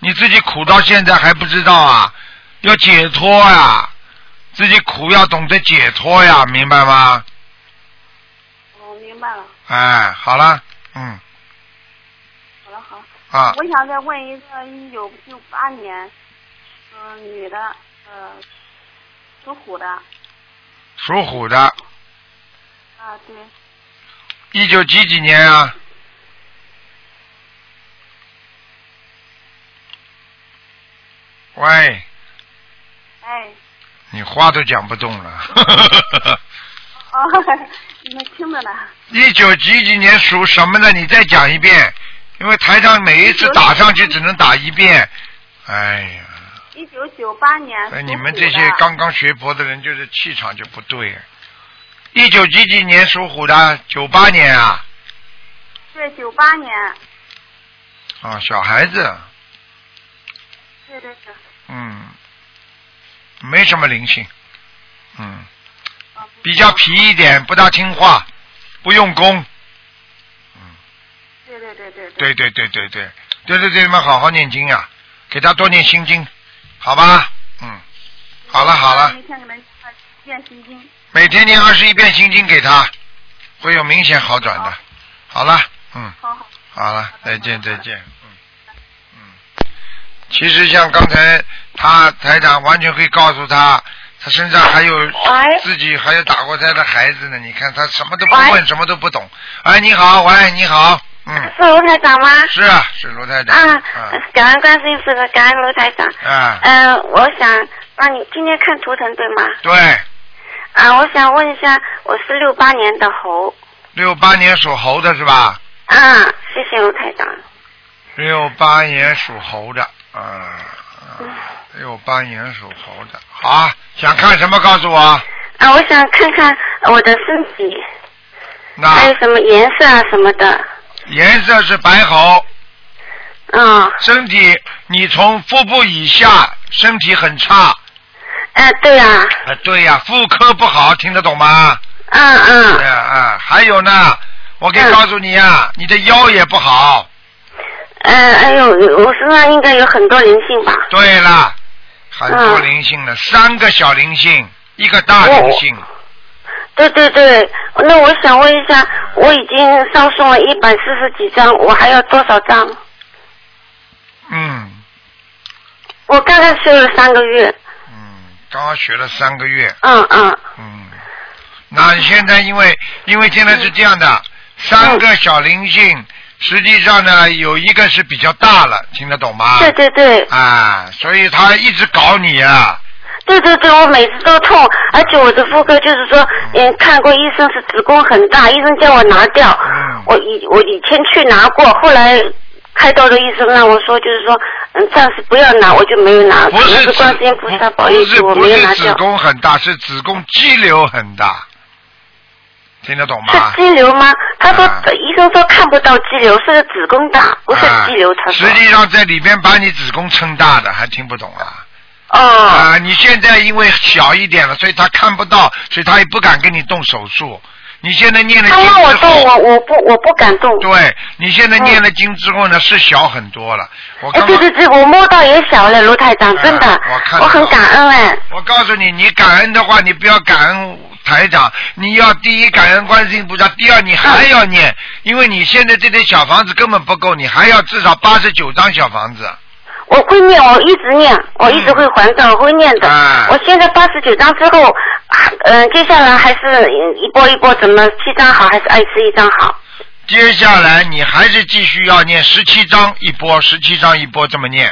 [SPEAKER 1] 你自己苦到现在还不知道啊，要解脱呀，自己苦要懂得解脱呀，明白吗？
[SPEAKER 5] 我哦明白了。
[SPEAKER 1] 哎，好了，嗯
[SPEAKER 5] 好了好。
[SPEAKER 1] 啊，
[SPEAKER 5] 我想再问一个一九九八年，嗯、女的，呃，属虎的，啊、
[SPEAKER 1] 属虎的，
[SPEAKER 5] 对，
[SPEAKER 1] 一九几几年啊？喂，
[SPEAKER 5] 哎，
[SPEAKER 1] 你话都讲不动了。
[SPEAKER 5] 哦， 你们听着呢，
[SPEAKER 1] 一九几几年属什么的？你再讲一遍，因为台上每一次打上去只能打一遍。哎呀，
[SPEAKER 5] 一九九八年属虎
[SPEAKER 1] 哎
[SPEAKER 5] 的，
[SPEAKER 1] 你们这些刚刚学佛的人，就是气场就不对。啊一九几几年属虎的？九八年啊？
[SPEAKER 5] 对九八年，
[SPEAKER 1] 啊，小孩子，
[SPEAKER 5] 对对对，
[SPEAKER 1] 嗯，没什么灵性，嗯。
[SPEAKER 5] 啊、
[SPEAKER 1] 比较皮一点，不大听话，不用功。
[SPEAKER 5] 对对对对
[SPEAKER 1] 对
[SPEAKER 5] 对，
[SPEAKER 1] 对对对对，对对对，你们好好念经啊，给他多念心经，好吧？嗯，好了好了
[SPEAKER 5] 每天给他念心经，
[SPEAKER 1] 每天念二十一遍心经给他，会有明显好转的。好了，嗯，
[SPEAKER 5] 好好，
[SPEAKER 1] 好了，
[SPEAKER 5] 好的
[SPEAKER 1] 再见
[SPEAKER 5] 好
[SPEAKER 1] 再
[SPEAKER 5] 的
[SPEAKER 1] 见，嗯嗯。其实像刚才他台长完全可以告诉他，他身上还有
[SPEAKER 6] 喂
[SPEAKER 1] 自己还有打过胎的孩子呢，你看他什么都不
[SPEAKER 6] 喂
[SPEAKER 1] 问，什么都不懂。哎，你好，喂，你好，嗯，
[SPEAKER 6] 是卢台长吗？
[SPEAKER 1] 是啊，是罗太长，
[SPEAKER 6] 啊
[SPEAKER 1] 嗯，
[SPEAKER 6] 感恩观世音菩萨，感恩卢台长。
[SPEAKER 1] 啊，
[SPEAKER 6] 嗯、我想让你今天看图腾对吗？
[SPEAKER 1] 对，
[SPEAKER 6] 啊，我想问一下，我是六八年的猴。
[SPEAKER 1] 六八年属猴的是吧？
[SPEAKER 6] 啊，谢谢卢台长。
[SPEAKER 1] 六八年属猴的，啊，六八年属猴的，好啊，想看什么告诉我？
[SPEAKER 6] 啊，我想看看我的身体，还
[SPEAKER 1] 那
[SPEAKER 6] 有什么颜色啊什么的。
[SPEAKER 1] 颜色是白猴，
[SPEAKER 6] 嗯，
[SPEAKER 1] 身体你从腹部以下，身体很差。
[SPEAKER 6] 哎、对啊，
[SPEAKER 1] 啊，对呀、妇科不好，听得懂吗？
[SPEAKER 6] 嗯
[SPEAKER 1] 对
[SPEAKER 6] 嗯，
[SPEAKER 1] 呀、啊，还有呢，我可以
[SPEAKER 6] 嗯
[SPEAKER 1] 告诉你啊，你的腰也不好。
[SPEAKER 6] 呃，哎呦，我身上应该有很多灵性吧？
[SPEAKER 1] 对了，很多
[SPEAKER 6] 嗯
[SPEAKER 1] 灵性了，三个小灵性，一个大灵性，
[SPEAKER 6] 哦对对对，那我想问一下，我已经烧送了一百四十几张，我还有多少张？
[SPEAKER 1] 嗯
[SPEAKER 6] 我刚刚修了三个月，
[SPEAKER 1] 嗯，刚刚学了三个月，
[SPEAKER 6] 嗯嗯
[SPEAKER 1] 嗯，那你现在因为因为现在是这样的，三个小灵性，实际上呢有一个是比较大了，听得懂吗？
[SPEAKER 6] 对对对，
[SPEAKER 1] 啊，所以他一直搞你啊。
[SPEAKER 6] 对对对，我每次都痛，而且我的妇科就是说，嗯，看过医生是子宫很大，医生叫我拿掉
[SPEAKER 1] 嗯，
[SPEAKER 6] 我以我以前去拿过，后来开刀的医生让我说就是说，嗯，暂时不要拿，我就没有拿，
[SPEAKER 1] 不
[SPEAKER 6] 可能
[SPEAKER 1] 是子
[SPEAKER 6] 是观世音菩萨
[SPEAKER 1] 不
[SPEAKER 6] 保佑
[SPEAKER 1] 不是
[SPEAKER 6] 我
[SPEAKER 1] 不
[SPEAKER 6] 没有拿
[SPEAKER 1] 是子
[SPEAKER 6] 掉，
[SPEAKER 1] 宫很大，是子宫肌瘤很大，听得懂吗
[SPEAKER 6] 是？肌瘤吗？他说、
[SPEAKER 1] 啊
[SPEAKER 6] 医生说看不到肌瘤，是子宫大，不是
[SPEAKER 1] 啊
[SPEAKER 6] 肌瘤，他说
[SPEAKER 1] 实。际上在里边把你子宫撑大的，还听不懂啊？
[SPEAKER 6] 哦，
[SPEAKER 1] 啊，你现在因为小一点了，所以他看不到，所以他也不敢跟你动手术。你现在念了
[SPEAKER 6] 他
[SPEAKER 1] 经
[SPEAKER 6] 让我
[SPEAKER 1] 之
[SPEAKER 6] 动，我
[SPEAKER 1] 后，
[SPEAKER 6] 我不我不敢动。嗯
[SPEAKER 1] 对你现在念了经之后呢，是小很多了。我
[SPEAKER 6] 哎，
[SPEAKER 1] 刚
[SPEAKER 6] 对
[SPEAKER 1] 刚
[SPEAKER 6] 对对，我摸到也小了，卢台长，真的，
[SPEAKER 1] 啊我看到
[SPEAKER 6] 很
[SPEAKER 1] 了
[SPEAKER 6] 感恩哎。
[SPEAKER 1] 我告诉你，你感恩的话，你不要感恩台长，你要第一感恩观世音菩萨，第二你还要念，因为你现在这点小房子根本不够，你还要至少八十九张小房子。
[SPEAKER 6] 我会念，我一直念，我一直会还的，我会念的。
[SPEAKER 1] 嗯啊
[SPEAKER 6] 我现在八十九章之后，啊嗯、接下来还是嗯一波一波，怎么七张好还是二十一张好？
[SPEAKER 1] 接下来你还是继续要念十七章一波，十七章一波这么念，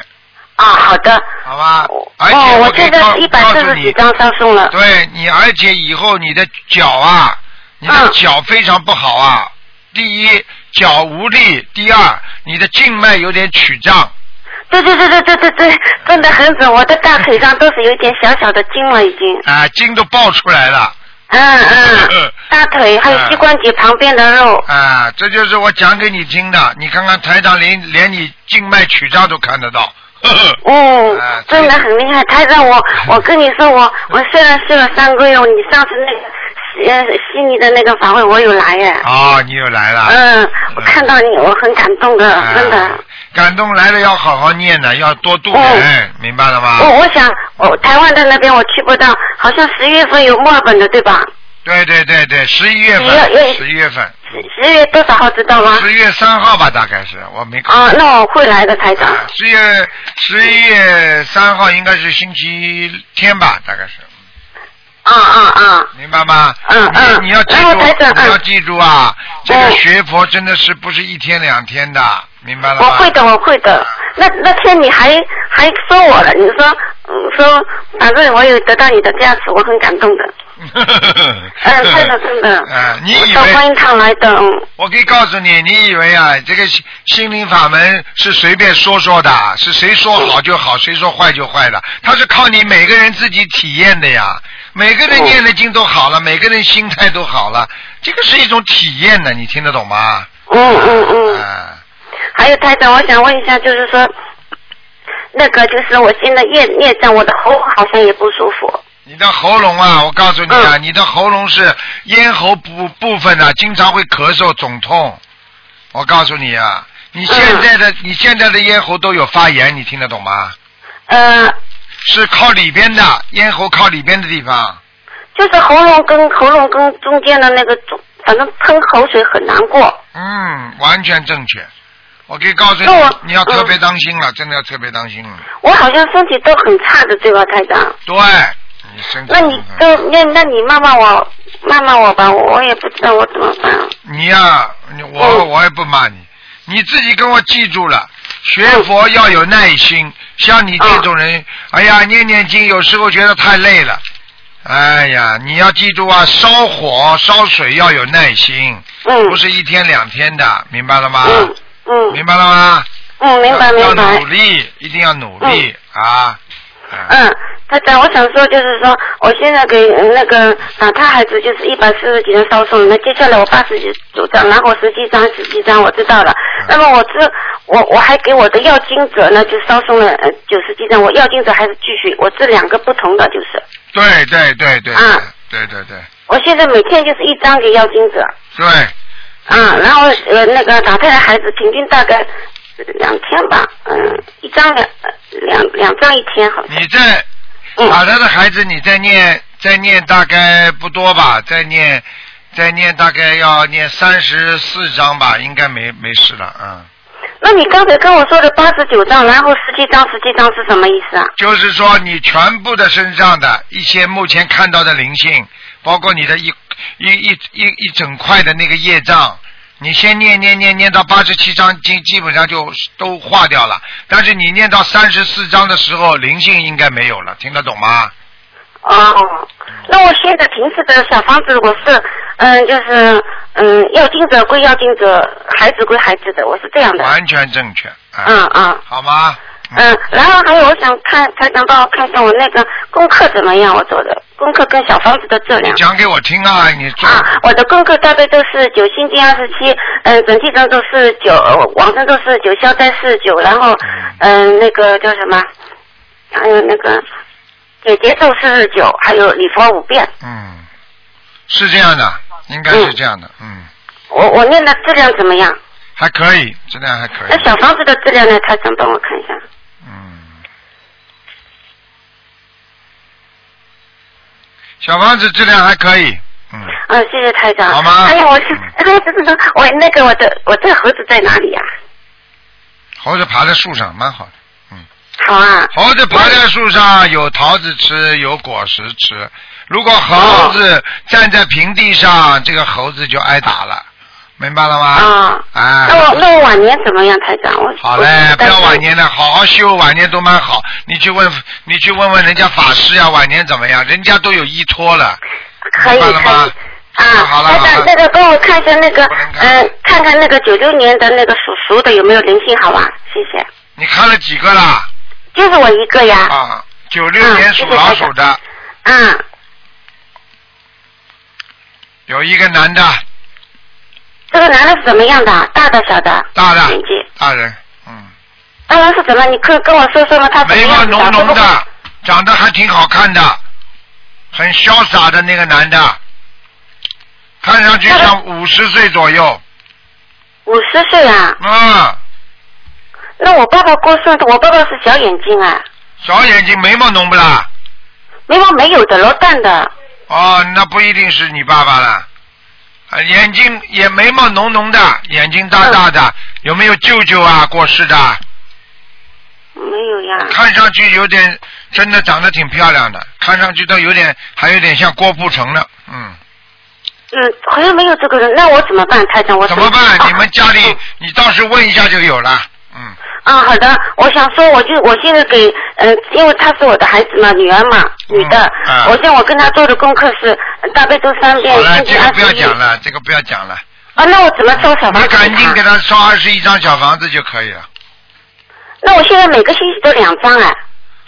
[SPEAKER 6] 啊，好的。
[SPEAKER 1] 好吧
[SPEAKER 6] 我？
[SPEAKER 1] 而且
[SPEAKER 6] 哦，
[SPEAKER 1] 我
[SPEAKER 6] 我
[SPEAKER 1] 可以
[SPEAKER 6] 现在
[SPEAKER 1] 告
[SPEAKER 6] 一百
[SPEAKER 1] 告
[SPEAKER 6] 四
[SPEAKER 1] 诉
[SPEAKER 6] 十几
[SPEAKER 1] 你，
[SPEAKER 6] 张上送了。
[SPEAKER 1] 对你，而且以后你的脚啊，你的
[SPEAKER 6] 嗯
[SPEAKER 1] 脚非常不好啊。第一，脚无力；第二，你的静脉有点曲张。
[SPEAKER 6] 对对对对对对对，真的很准，我的大腿上都是有一点小小的筋了，已经。
[SPEAKER 1] 啊，筋都爆出来了
[SPEAKER 6] 嗯 嗯，大腿还有膝关节旁边的肉。
[SPEAKER 1] 啊！这就是我讲给你听的。你看看台长连连你静脉曲张都看得到，呵 呵
[SPEAKER 6] 嗯
[SPEAKER 1] 啊，
[SPEAKER 6] 真的很厉害。台长，我我跟你说，我我虽然睡了三个月，你上次那个悉呃悉尼的那个法会我有来耶。
[SPEAKER 1] 哦，你又来了。
[SPEAKER 6] 嗯，我看到你，我很感动的，
[SPEAKER 1] 啊
[SPEAKER 6] 真的。
[SPEAKER 1] 感动来了要好好念的，要多度人，明白了吗？
[SPEAKER 6] 哦我我想，我台湾的那边我去不到，好像十月份有墨尔本的，对吧？
[SPEAKER 1] 对对对对，十一月
[SPEAKER 6] 十
[SPEAKER 1] 份，
[SPEAKER 6] 月
[SPEAKER 1] 十一月份，
[SPEAKER 6] 十十月多少号知道吗？
[SPEAKER 1] 十月三号吧，大概是我没搞。
[SPEAKER 6] 啊，那我会来的，台长。
[SPEAKER 1] 十月十一月三号应该是星期天吧，大概是，
[SPEAKER 6] 啊啊啊！
[SPEAKER 1] 明白吗？
[SPEAKER 6] 嗯嗯
[SPEAKER 1] 你你要记
[SPEAKER 6] 然后台长
[SPEAKER 1] 住，你要
[SPEAKER 6] 嗯
[SPEAKER 1] 记住啊，这个
[SPEAKER 6] 嗯
[SPEAKER 1] 学佛真的是不是一天两天的，明白了啊
[SPEAKER 6] 我
[SPEAKER 1] 吗？
[SPEAKER 6] 会的，我会的。那那天你还还说我了，你说嗯说，反正我有得到你的加持，我很感动的。 嗯，
[SPEAKER 1] 嗯
[SPEAKER 6] 真的真的。
[SPEAKER 1] 嗯，你以
[SPEAKER 6] 我
[SPEAKER 1] 为
[SPEAKER 6] 到观音堂来的，嗯。
[SPEAKER 1] 我可以告诉你，你以为啊，这个心心灵法门是随便说说的，是谁说好就
[SPEAKER 6] 嗯
[SPEAKER 1] 好，谁说坏就坏的，它是靠你每个人自己体验的呀。每个人念的经都好
[SPEAKER 6] 嗯
[SPEAKER 1] 了，每个人心态都好了，这个是一种体验呢，你听得懂吗？
[SPEAKER 6] 嗯嗯嗯。
[SPEAKER 1] 啊，
[SPEAKER 6] 还有台长，我想问一下，就是说，那个就是我现在业业障，我的喉咙好像也不舒服。
[SPEAKER 1] 你的喉咙啊，我告诉你
[SPEAKER 6] 嗯
[SPEAKER 1] 啊，你的喉咙是咽喉部部分啊，经常会咳嗽、肿痛。我告诉你啊，你现在
[SPEAKER 6] 嗯
[SPEAKER 1] 的、你现在的咽喉都有发炎，你听得懂吗？
[SPEAKER 6] 呃，
[SPEAKER 1] 是靠里边的，咽喉靠里边的地方。
[SPEAKER 6] 就是喉咙跟喉咙跟中间的那个中，反正喷口水很难过。
[SPEAKER 1] 嗯，完全正确。我可以告诉你
[SPEAKER 6] 那我，嗯
[SPEAKER 1] 你要特别当心了，真的要特别当心了。
[SPEAKER 6] 我好像身体都很差的，对吧，台长？
[SPEAKER 1] 对，嗯，你身体
[SPEAKER 6] 那你
[SPEAKER 1] 健康
[SPEAKER 6] 就那那你骂骂我，骂骂我吧，我我也不知道我怎么办。
[SPEAKER 1] 你呀、你
[SPEAKER 6] 哦
[SPEAKER 1] 我我也不骂你，你自己跟我记住了，学佛要有耐心。像你这种
[SPEAKER 6] 嗯
[SPEAKER 1] 人，哎呀，念念经有时候觉得太累了，哎呀，你要记住啊，烧火烧水要有耐心，
[SPEAKER 6] 嗯
[SPEAKER 1] 不是一天两天的，明白了吗？
[SPEAKER 6] 嗯嗯
[SPEAKER 1] 明白了吗？
[SPEAKER 6] 嗯，明白
[SPEAKER 1] 要
[SPEAKER 6] 明
[SPEAKER 1] 要努
[SPEAKER 6] 白。
[SPEAKER 1] 力，一定要努力、啊！嗯
[SPEAKER 6] 嗯，他长，我想说就是说，我现在给呃那个打他孩子就是一百四十几张烧送，那接下来我八十几张，然后十几张十几张我知道了。那么我这我我还给我的要经者呢就烧送了呃九十几张，我要经者还是继续，我这两个不同的就是，
[SPEAKER 1] 对对对对，
[SPEAKER 6] 嗯
[SPEAKER 1] 对对对
[SPEAKER 6] 我现在每天就是一张给要经者，
[SPEAKER 1] 对，
[SPEAKER 6] 嗯，然后呃那个打胎的孩子平均大概呃两天吧，嗯，一张两呃两两张一天好像，
[SPEAKER 1] 你在
[SPEAKER 6] 嗯
[SPEAKER 1] 打他的孩子，你再念再念大概不多吧，再念再念大概要念三十四章吧，应该没没事了，嗯。
[SPEAKER 6] 那你刚才跟我说的八十九张，然后十七张、十七张是什么意思啊？
[SPEAKER 1] 就是说你全部的身上的一些目前看到的灵性，包括你的一一一一一整块的那个业障，你先念念念念到八十七章，基基本上就都化掉了。但是你念到三十四章的时候，灵性应该没有了，听得懂吗？
[SPEAKER 6] 哦，那我现在平时的小房子，我是嗯，就是嗯，要经者归要经者，孩子归孩子的，我是这样的。
[SPEAKER 1] 完全正确，啊、
[SPEAKER 6] 嗯嗯
[SPEAKER 1] 好吗？
[SPEAKER 6] 嗯，然后还有我想看，台长帮我看一下我那个功课怎么样，我做的功课跟小房子的质
[SPEAKER 1] 你
[SPEAKER 6] 量。
[SPEAKER 1] 讲给我听啊，你做
[SPEAKER 6] 啊，我的功课大概都是九心经二十七，嗯，整体上都是九，呃往生都是九，消灾是九，然后嗯、那个叫什么，还有那个姐姐咒四十九，还有礼佛五遍。
[SPEAKER 1] 嗯，是这样的，应该是这样的，嗯，
[SPEAKER 6] 我我念的质量怎么样？
[SPEAKER 1] 还可以，质量还可以
[SPEAKER 6] 那。小房子的质量呢？他想帮我看一下。
[SPEAKER 1] 嗯，小房子质量还可以，嗯，
[SPEAKER 6] 嗯，谢谢台长。
[SPEAKER 1] 好吗
[SPEAKER 6] 哎呀，我是，哎呀，真的，我那个我的我这个猴子在哪里呀、
[SPEAKER 1] 猴子爬在树上蛮好的。
[SPEAKER 6] 好啊。
[SPEAKER 1] 猴子爬在树上有桃子吃，有果实吃。如果猴
[SPEAKER 6] 哦
[SPEAKER 1] 子站在平地上，这个猴子就挨打了，明白了吗？
[SPEAKER 6] 啊。
[SPEAKER 1] 啊
[SPEAKER 6] 那我那我晚年怎么样，台长？我
[SPEAKER 1] 好
[SPEAKER 6] 我
[SPEAKER 1] 嘞
[SPEAKER 6] 是，
[SPEAKER 1] 不
[SPEAKER 6] 担
[SPEAKER 1] 要
[SPEAKER 6] 心
[SPEAKER 1] 晚年了，好好修，晚年都蛮好。你去问，你去问问人家法师呀、晚年怎么样？人家都有依托了，
[SPEAKER 6] 可以
[SPEAKER 1] 明白了
[SPEAKER 6] 可
[SPEAKER 1] 吗
[SPEAKER 6] 以。啊，
[SPEAKER 1] 好了
[SPEAKER 6] 台
[SPEAKER 1] 好
[SPEAKER 6] 长，
[SPEAKER 1] 了
[SPEAKER 6] 那个帮我看一下那个，
[SPEAKER 1] 不能看
[SPEAKER 6] 嗯、看看那个九六年的那个属鼠的有没有灵性，好吧？谢谢。
[SPEAKER 1] 你看了几个啦？
[SPEAKER 6] 就是我一个呀。
[SPEAKER 1] 啊，九六年属老鼠的。
[SPEAKER 6] 嗯，
[SPEAKER 1] 有一个男的，
[SPEAKER 6] 这个男的是怎么样的？大的小的？
[SPEAKER 1] 大的
[SPEAKER 6] 年纪。
[SPEAKER 1] 大人，嗯，
[SPEAKER 6] 当然是怎么？你可以跟我说说吗？他怎么
[SPEAKER 1] 眉毛
[SPEAKER 6] 样子
[SPEAKER 1] 啊浓
[SPEAKER 6] 会不
[SPEAKER 1] 浓
[SPEAKER 6] 会
[SPEAKER 1] 的，长得还挺好看的，很潇洒的那个男的，看上去像五十岁左右，
[SPEAKER 6] 五十岁啊，
[SPEAKER 1] 嗯，
[SPEAKER 6] 那我爸爸过世，我爸爸是小眼睛啊，
[SPEAKER 1] 小眼睛，眉毛浓不啦？
[SPEAKER 6] 眉毛没有的，罗蛋的。
[SPEAKER 1] 哦，那不一定是你爸爸了，啊，眼睛也眉毛浓浓的，眼睛大大
[SPEAKER 6] 嗯
[SPEAKER 1] 的，有没有舅舅啊？过世的，
[SPEAKER 6] 没有呀，
[SPEAKER 1] 看上去有点，真的长得挺漂亮的，看上去都有点，还有点像郭富城了，嗯。
[SPEAKER 6] 嗯，好像没有这个人，那我怎么办，台长？我
[SPEAKER 1] 怎么
[SPEAKER 6] 啊
[SPEAKER 1] 办？你们家里
[SPEAKER 6] 嗯，
[SPEAKER 1] 你到时问一下就有了。嗯，
[SPEAKER 6] 啊，好的，我想说，我就我现在给，呃，因为她是我的孩子嘛，女儿嘛，女的，
[SPEAKER 1] 嗯
[SPEAKER 6] 我现在我跟她做的功课是呃大悲咒三遍
[SPEAKER 1] 好，了，
[SPEAKER 6] 心
[SPEAKER 1] 这
[SPEAKER 6] 经
[SPEAKER 1] 个
[SPEAKER 6] 二
[SPEAKER 1] 不要
[SPEAKER 6] 十一。
[SPEAKER 1] 讲了，这个不要讲了，
[SPEAKER 6] 啊，那我怎么烧小房
[SPEAKER 1] 你
[SPEAKER 6] 子
[SPEAKER 1] 赶紧
[SPEAKER 6] 她
[SPEAKER 1] 给他烧二十一张小房子就可以了。
[SPEAKER 6] 那我现在每个星期都两张哎，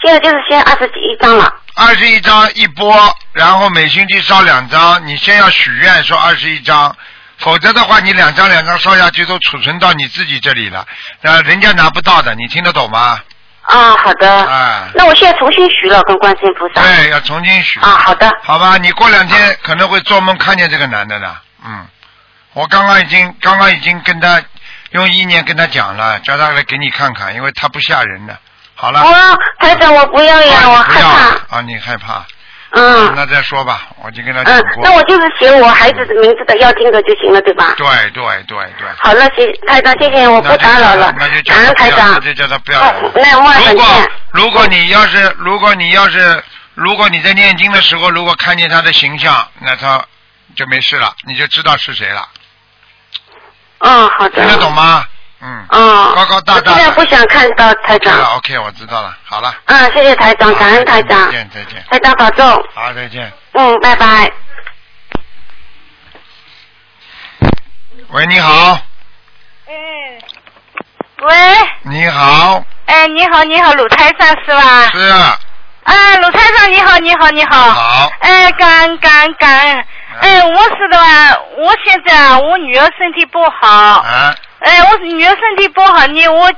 [SPEAKER 6] 现在就是先二十几一张了。
[SPEAKER 1] 二十一张一波，然后每星期烧两张。你先要许愿说二十一张，否则的话你两张两张烧下去都储存到你自己这里了，那人家拿不到的，你听得懂吗？
[SPEAKER 6] 啊，好的。
[SPEAKER 1] 哎
[SPEAKER 6] 那我现在重新许了，跟观世音菩萨。
[SPEAKER 1] 对，要重新许。
[SPEAKER 6] 啊，好的。
[SPEAKER 1] 好吧，你过两天可能会做梦看见这个男的的，嗯，我刚刚已经刚刚已经跟他用意念跟他讲了，叫他来给你看看，因为他不吓人的。好了，啊
[SPEAKER 6] 哦，台长，我不要
[SPEAKER 1] 你
[SPEAKER 6] 呀，我
[SPEAKER 1] 不
[SPEAKER 6] 害
[SPEAKER 1] 要
[SPEAKER 6] 怕。
[SPEAKER 1] 啊，你害怕，
[SPEAKER 6] 嗯
[SPEAKER 1] 那再说吧，我就跟他讲
[SPEAKER 6] 嗯，
[SPEAKER 1] 过。
[SPEAKER 6] 那我就是写我孩子的名字的要经者就行了，对吧？
[SPEAKER 1] 对对对对，
[SPEAKER 6] 好了，谢台长，谢谢，我不打扰了
[SPEAKER 1] 那就，叫他
[SPEAKER 6] 感恩
[SPEAKER 1] 不
[SPEAKER 6] 台
[SPEAKER 1] 要，那
[SPEAKER 6] 长。
[SPEAKER 1] 就叫他不要来
[SPEAKER 6] 哦
[SPEAKER 1] 了。
[SPEAKER 6] 那我
[SPEAKER 1] 如
[SPEAKER 6] 很
[SPEAKER 1] 果
[SPEAKER 6] 见。
[SPEAKER 1] 如果你要是如果你要是如果你在念经的时候，如果看见他的形象，那他就没事了，你就知道是谁了，
[SPEAKER 6] 嗯，好的。
[SPEAKER 1] 听得懂？吗？嗯，
[SPEAKER 6] 嗯。
[SPEAKER 1] 高高大大的
[SPEAKER 6] 我现在不想看到台
[SPEAKER 1] 对了
[SPEAKER 6] 长。
[SPEAKER 1] ，OK，我知道了，好了，
[SPEAKER 6] 嗯，谢谢台长，感恩台
[SPEAKER 1] 再
[SPEAKER 6] 长。
[SPEAKER 1] 见再见，
[SPEAKER 6] 台长保重。
[SPEAKER 1] 好再见。
[SPEAKER 6] 嗯，拜拜。
[SPEAKER 1] 喂，你好，
[SPEAKER 7] 嗯，喂，
[SPEAKER 1] 你好，
[SPEAKER 7] 哎，你好，你好，鲁台上是吧？
[SPEAKER 1] 是
[SPEAKER 7] 啊，鲁台上，你好，你好，你好。
[SPEAKER 1] 好，
[SPEAKER 7] 哎，感感感恩。哎，我是的吧？我现在啊，我女儿身体不好。
[SPEAKER 8] 嗯
[SPEAKER 1] 啊，
[SPEAKER 7] 哎，我女儿身体不好，你我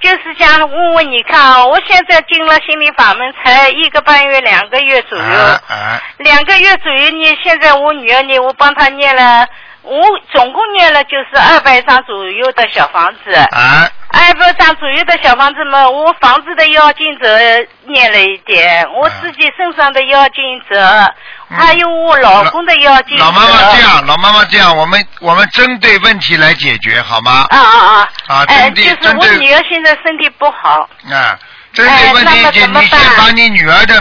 [SPEAKER 7] 就是想问问你看啊，我现在进了心理法门才一个半月、两个月左右。
[SPEAKER 1] 啊啊，
[SPEAKER 7] 两个月左右呢，现在我女儿呢，我帮她念了，我总共念了就是二百张左右的小房子，
[SPEAKER 1] 啊，
[SPEAKER 7] 二百张左右的小房子嘛，我房子的妖精者念了一点，我自己身上的妖精者，
[SPEAKER 1] 嗯
[SPEAKER 7] 还有我老公的妖精者。
[SPEAKER 1] 老妈妈这样，老妈妈这样，我们我们针对问题来解决好吗？
[SPEAKER 7] 啊啊啊！
[SPEAKER 1] 啊
[SPEAKER 7] 哎，
[SPEAKER 1] 针
[SPEAKER 7] 就
[SPEAKER 1] 对
[SPEAKER 7] 是
[SPEAKER 1] 针
[SPEAKER 7] 我
[SPEAKER 1] 对
[SPEAKER 7] 女儿现在身体不好，
[SPEAKER 1] 啊，针对问
[SPEAKER 7] 哎那么
[SPEAKER 1] 题解，
[SPEAKER 7] 怎么
[SPEAKER 1] 你先
[SPEAKER 7] 办
[SPEAKER 1] 把你女儿的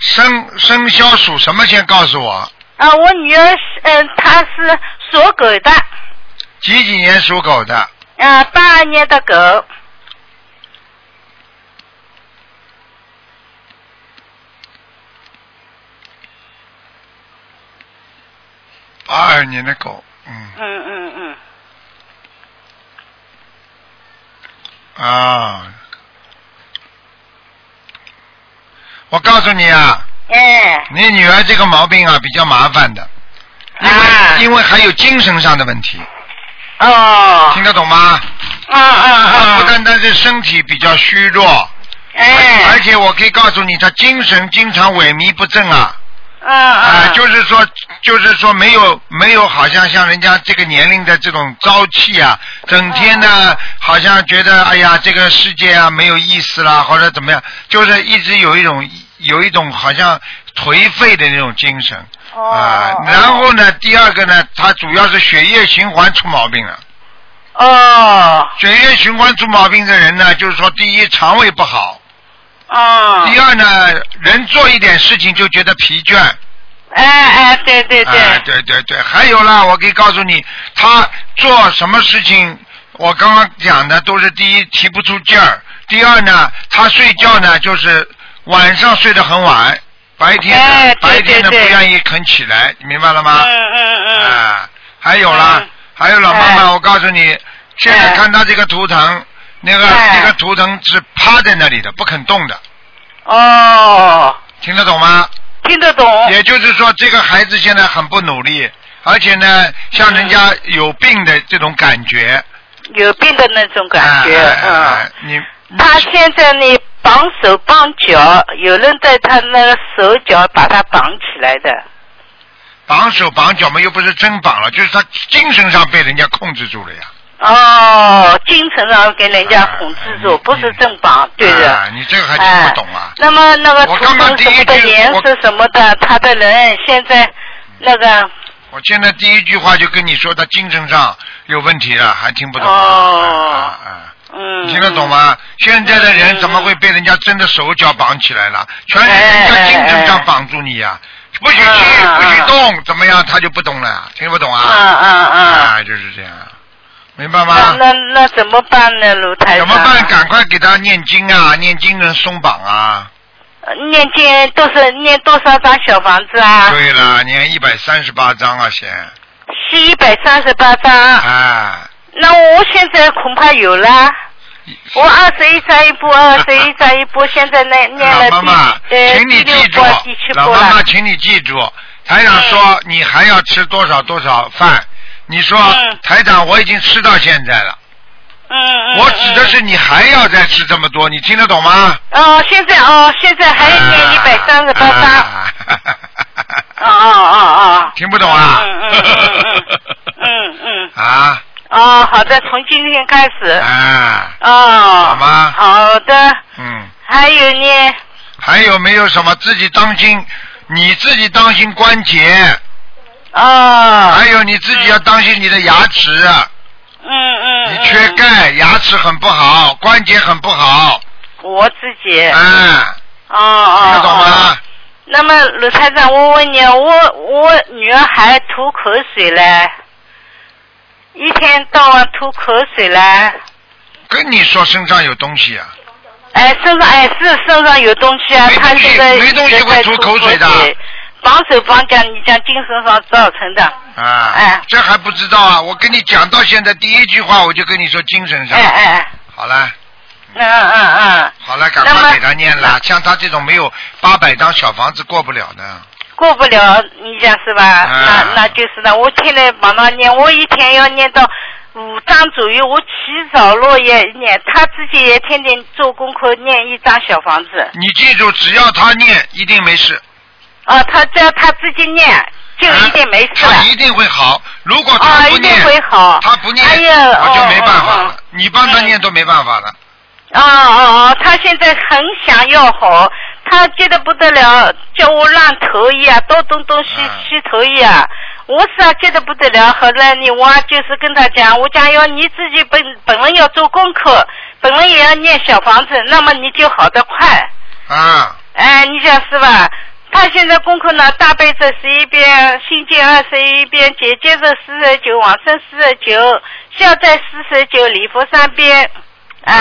[SPEAKER 1] 生生肖属什么先告诉我，
[SPEAKER 7] 啊，我女儿是嗯、她是属狗的，
[SPEAKER 1] 几几年属狗的，
[SPEAKER 7] 啊，八二年的狗，
[SPEAKER 1] 八二年的狗，嗯
[SPEAKER 7] 嗯嗯嗯，
[SPEAKER 1] 啊，我告诉你啊，
[SPEAKER 7] 哎，
[SPEAKER 1] 你女儿这个毛病啊比较麻烦的，因为、
[SPEAKER 7] 啊
[SPEAKER 1] 因为还有精神上的问题，
[SPEAKER 7] 哦，
[SPEAKER 1] 听得懂吗？
[SPEAKER 7] 啊啊
[SPEAKER 1] 她不
[SPEAKER 7] 啊！
[SPEAKER 1] 单单是身体比较虚弱，而
[SPEAKER 7] 哎，
[SPEAKER 1] 且我可以告诉你，她精神经常萎靡不振啊。
[SPEAKER 7] 啊啊
[SPEAKER 1] 啊，，就是说，就是说没有没有，好像像人家这个年龄的这种朝气啊，整天
[SPEAKER 7] 嗯
[SPEAKER 1] 呢，好像觉得哎呀，这个世界啊没有意思啦，或者怎么样，就是一直有一种有一种好像颓废的那种精神
[SPEAKER 7] 哦
[SPEAKER 1] 啊。然后呢，第二个呢，他主要是血液循环出毛病了。
[SPEAKER 7] 哦
[SPEAKER 1] 血液循环出毛病的人呢，就是说，第一肠胃不好，
[SPEAKER 7] 哦，
[SPEAKER 1] 第二呢，人做一点事情就觉得疲倦。
[SPEAKER 7] 哎哎，对对对，
[SPEAKER 1] 哎对对对，还有啦，我可以告诉你，他做什么事情，我刚刚讲的都是第一提不出劲儿，第二呢，他睡觉呢就是晚上睡得很晚，白天呢、
[SPEAKER 7] 哎对
[SPEAKER 1] 白天呢不
[SPEAKER 7] 对对
[SPEAKER 1] 愿意肯起来，你明白了吗？
[SPEAKER 7] 嗯嗯嗯，
[SPEAKER 1] 啊，还有啦，
[SPEAKER 7] 嗯
[SPEAKER 1] 还有老妈妈，
[SPEAKER 7] 哎
[SPEAKER 1] 我告诉你，现在
[SPEAKER 7] 哎
[SPEAKER 1] 看他这个图腾，那个、
[SPEAKER 7] 哎
[SPEAKER 1] 那个图腾是趴在那里的，不肯动的，
[SPEAKER 7] 哦，
[SPEAKER 1] 听得懂吗？
[SPEAKER 7] 听得懂，
[SPEAKER 1] 也就是说，这个孩子现在很不努力，而且呢，像人
[SPEAKER 7] 嗯
[SPEAKER 1] 家有病的这种感觉。
[SPEAKER 7] 有病的那种感觉，
[SPEAKER 1] 哎哎哎
[SPEAKER 7] 嗯。
[SPEAKER 1] 哎你
[SPEAKER 7] 他现在呢，绑手绑脚，有人在他那个手脚把他绑起来的。
[SPEAKER 1] 绑手绑脚嘛，又不是真绑了，就是他精神上被人家控制住了呀。
[SPEAKER 7] 哦，精神上给人家控制
[SPEAKER 1] 哎
[SPEAKER 7] 住，不是正绑，对的。
[SPEAKER 1] 啊你这个还真
[SPEAKER 7] 哎，
[SPEAKER 1] 不懂啊！
[SPEAKER 7] 那么那个
[SPEAKER 1] 我
[SPEAKER 7] 图
[SPEAKER 1] 刚刚
[SPEAKER 7] 腾
[SPEAKER 1] 第
[SPEAKER 7] 什
[SPEAKER 1] 一
[SPEAKER 7] 么的
[SPEAKER 1] 句
[SPEAKER 7] 颜
[SPEAKER 1] 我
[SPEAKER 7] 色什么的，他的人现在那个
[SPEAKER 1] 我现在第一句话就跟你说，他精神上有问题了，还听不懂啊？
[SPEAKER 7] 哦
[SPEAKER 1] 啊啊啊
[SPEAKER 7] 嗯，
[SPEAKER 1] 你听得懂？吗？现在的人
[SPEAKER 7] 嗯
[SPEAKER 1] 怎么会被人家真的手脚绑起来了？全是人家精神上绑住你呀、不许去，
[SPEAKER 7] 嗯
[SPEAKER 1] 不
[SPEAKER 7] 嗯
[SPEAKER 1] 许动，怎么样？他就不懂了，听不懂
[SPEAKER 7] 嗯
[SPEAKER 1] 啊？
[SPEAKER 7] 嗯嗯。
[SPEAKER 1] 啊，就是这样，明白
[SPEAKER 7] 那
[SPEAKER 1] 吗？
[SPEAKER 7] 那那怎么办呢，卢台
[SPEAKER 1] 怎
[SPEAKER 7] 长？
[SPEAKER 1] 么办？赶快给他念经啊，念经能松绑啊。
[SPEAKER 7] 呃念经都是念多少张小房子啊？
[SPEAKER 1] 对了，念一百三十八章啊，先。
[SPEAKER 7] 是一百三十八张。
[SPEAKER 1] 啊，
[SPEAKER 7] 那我现在恐怕有了。我二十一张一波，二十一张一波，现在 念念了
[SPEAKER 1] 老
[SPEAKER 7] 第
[SPEAKER 1] 妈妈，
[SPEAKER 7] 呃
[SPEAKER 1] 请你
[SPEAKER 7] 第六
[SPEAKER 1] 记住
[SPEAKER 7] 波、第七，
[SPEAKER 1] 老
[SPEAKER 7] 波
[SPEAKER 1] 妈妈，
[SPEAKER 7] 了。
[SPEAKER 1] 请你记住，台长说你还要吃多少多少饭，你说
[SPEAKER 7] 嗯
[SPEAKER 1] 台长我已经吃到现在了，
[SPEAKER 7] 嗯嗯。
[SPEAKER 1] 我指的
[SPEAKER 7] 嗯
[SPEAKER 1] 是你还要再吃这么多，你听得懂吗？
[SPEAKER 7] 哦，现在哦，现在还要念一百三十八章。
[SPEAKER 1] 啊。
[SPEAKER 7] 哦哦哦哦。
[SPEAKER 1] 听不懂啊？
[SPEAKER 7] 嗯嗯嗯嗯嗯嗯。
[SPEAKER 1] 啊
[SPEAKER 7] 哦，好的，从今天开始。
[SPEAKER 1] 啊，
[SPEAKER 7] 哦。
[SPEAKER 1] 好
[SPEAKER 7] 好
[SPEAKER 1] 吗
[SPEAKER 7] 好的，
[SPEAKER 1] 嗯，
[SPEAKER 7] 还有呢，
[SPEAKER 1] 还有没有什么自己当心？你自己当心关节，
[SPEAKER 7] 哦，
[SPEAKER 1] 还有你自己要当心你的牙齿。
[SPEAKER 7] 嗯嗯。
[SPEAKER 1] 你
[SPEAKER 7] 嗯
[SPEAKER 1] 缺。钙，牙齿很不好，关节很不好，
[SPEAKER 7] 我自己。
[SPEAKER 1] 嗯，
[SPEAKER 7] 哦哦。
[SPEAKER 1] 听得懂
[SPEAKER 7] 哦
[SPEAKER 1] 吗？？
[SPEAKER 7] 那么鲁台长，我问你，我我女儿还吐口水嘞，一天到晚吐口水嘞，
[SPEAKER 1] 跟你说身上有东西啊，
[SPEAKER 7] 哎，身上哎是身上有东西啊，
[SPEAKER 1] 没东
[SPEAKER 7] 她
[SPEAKER 1] 西
[SPEAKER 7] 这个
[SPEAKER 1] 没东西
[SPEAKER 7] 人
[SPEAKER 1] 会
[SPEAKER 7] 在
[SPEAKER 1] 吐
[SPEAKER 7] 吐
[SPEAKER 1] 口水的
[SPEAKER 7] 绑手绑脚，你讲精神上造成的，
[SPEAKER 1] 啊，
[SPEAKER 7] 哎
[SPEAKER 1] 这还不知道啊！我跟你讲到现在第一句话，我就跟你说精神上
[SPEAKER 7] 哎，哎哎，
[SPEAKER 1] 好了。
[SPEAKER 7] 嗯嗯嗯，
[SPEAKER 1] 好了，赶
[SPEAKER 7] 那么
[SPEAKER 1] 快给他念了。像他这种没有八百张小房子过不了的，
[SPEAKER 7] 过不了，你讲是吧？
[SPEAKER 1] 啊
[SPEAKER 7] 那那就是的，我现在帮他念，我一天要念到五张左右，我起早落夜念，他自己也天天做功课念一张小房子。
[SPEAKER 1] 你记住，只要他念，一定没事。
[SPEAKER 7] 啊，他只要他自己念，就一定没事了。
[SPEAKER 1] 他一定会好。啊如果
[SPEAKER 7] 啊
[SPEAKER 1] 他不
[SPEAKER 7] 一定
[SPEAKER 1] 念，
[SPEAKER 7] 会好
[SPEAKER 1] 他不念，
[SPEAKER 7] 哎呀
[SPEAKER 1] 我就
[SPEAKER 7] 哦
[SPEAKER 1] 没办法
[SPEAKER 7] 哦
[SPEAKER 1] 了。
[SPEAKER 7] 哦
[SPEAKER 1] 你帮他念都没办法了。
[SPEAKER 7] 哦哦哦，他现在很想要好，他觉得不得了，叫我乱投医啊，多东东西
[SPEAKER 1] 嗯
[SPEAKER 7] 西投医啊。我是啊，觉得不得了。后来你我啊就是跟他讲，我讲要你自己本本人要做功课，本人也要念小房子，那么你就好得快。
[SPEAKER 1] 啊，
[SPEAKER 7] 哎，你讲是吧？他现在功课呢，大悲咒十一遍，心经二十一遍，姐姐咒四十九，往生四十九，消灾四十九，礼佛三遍。啊、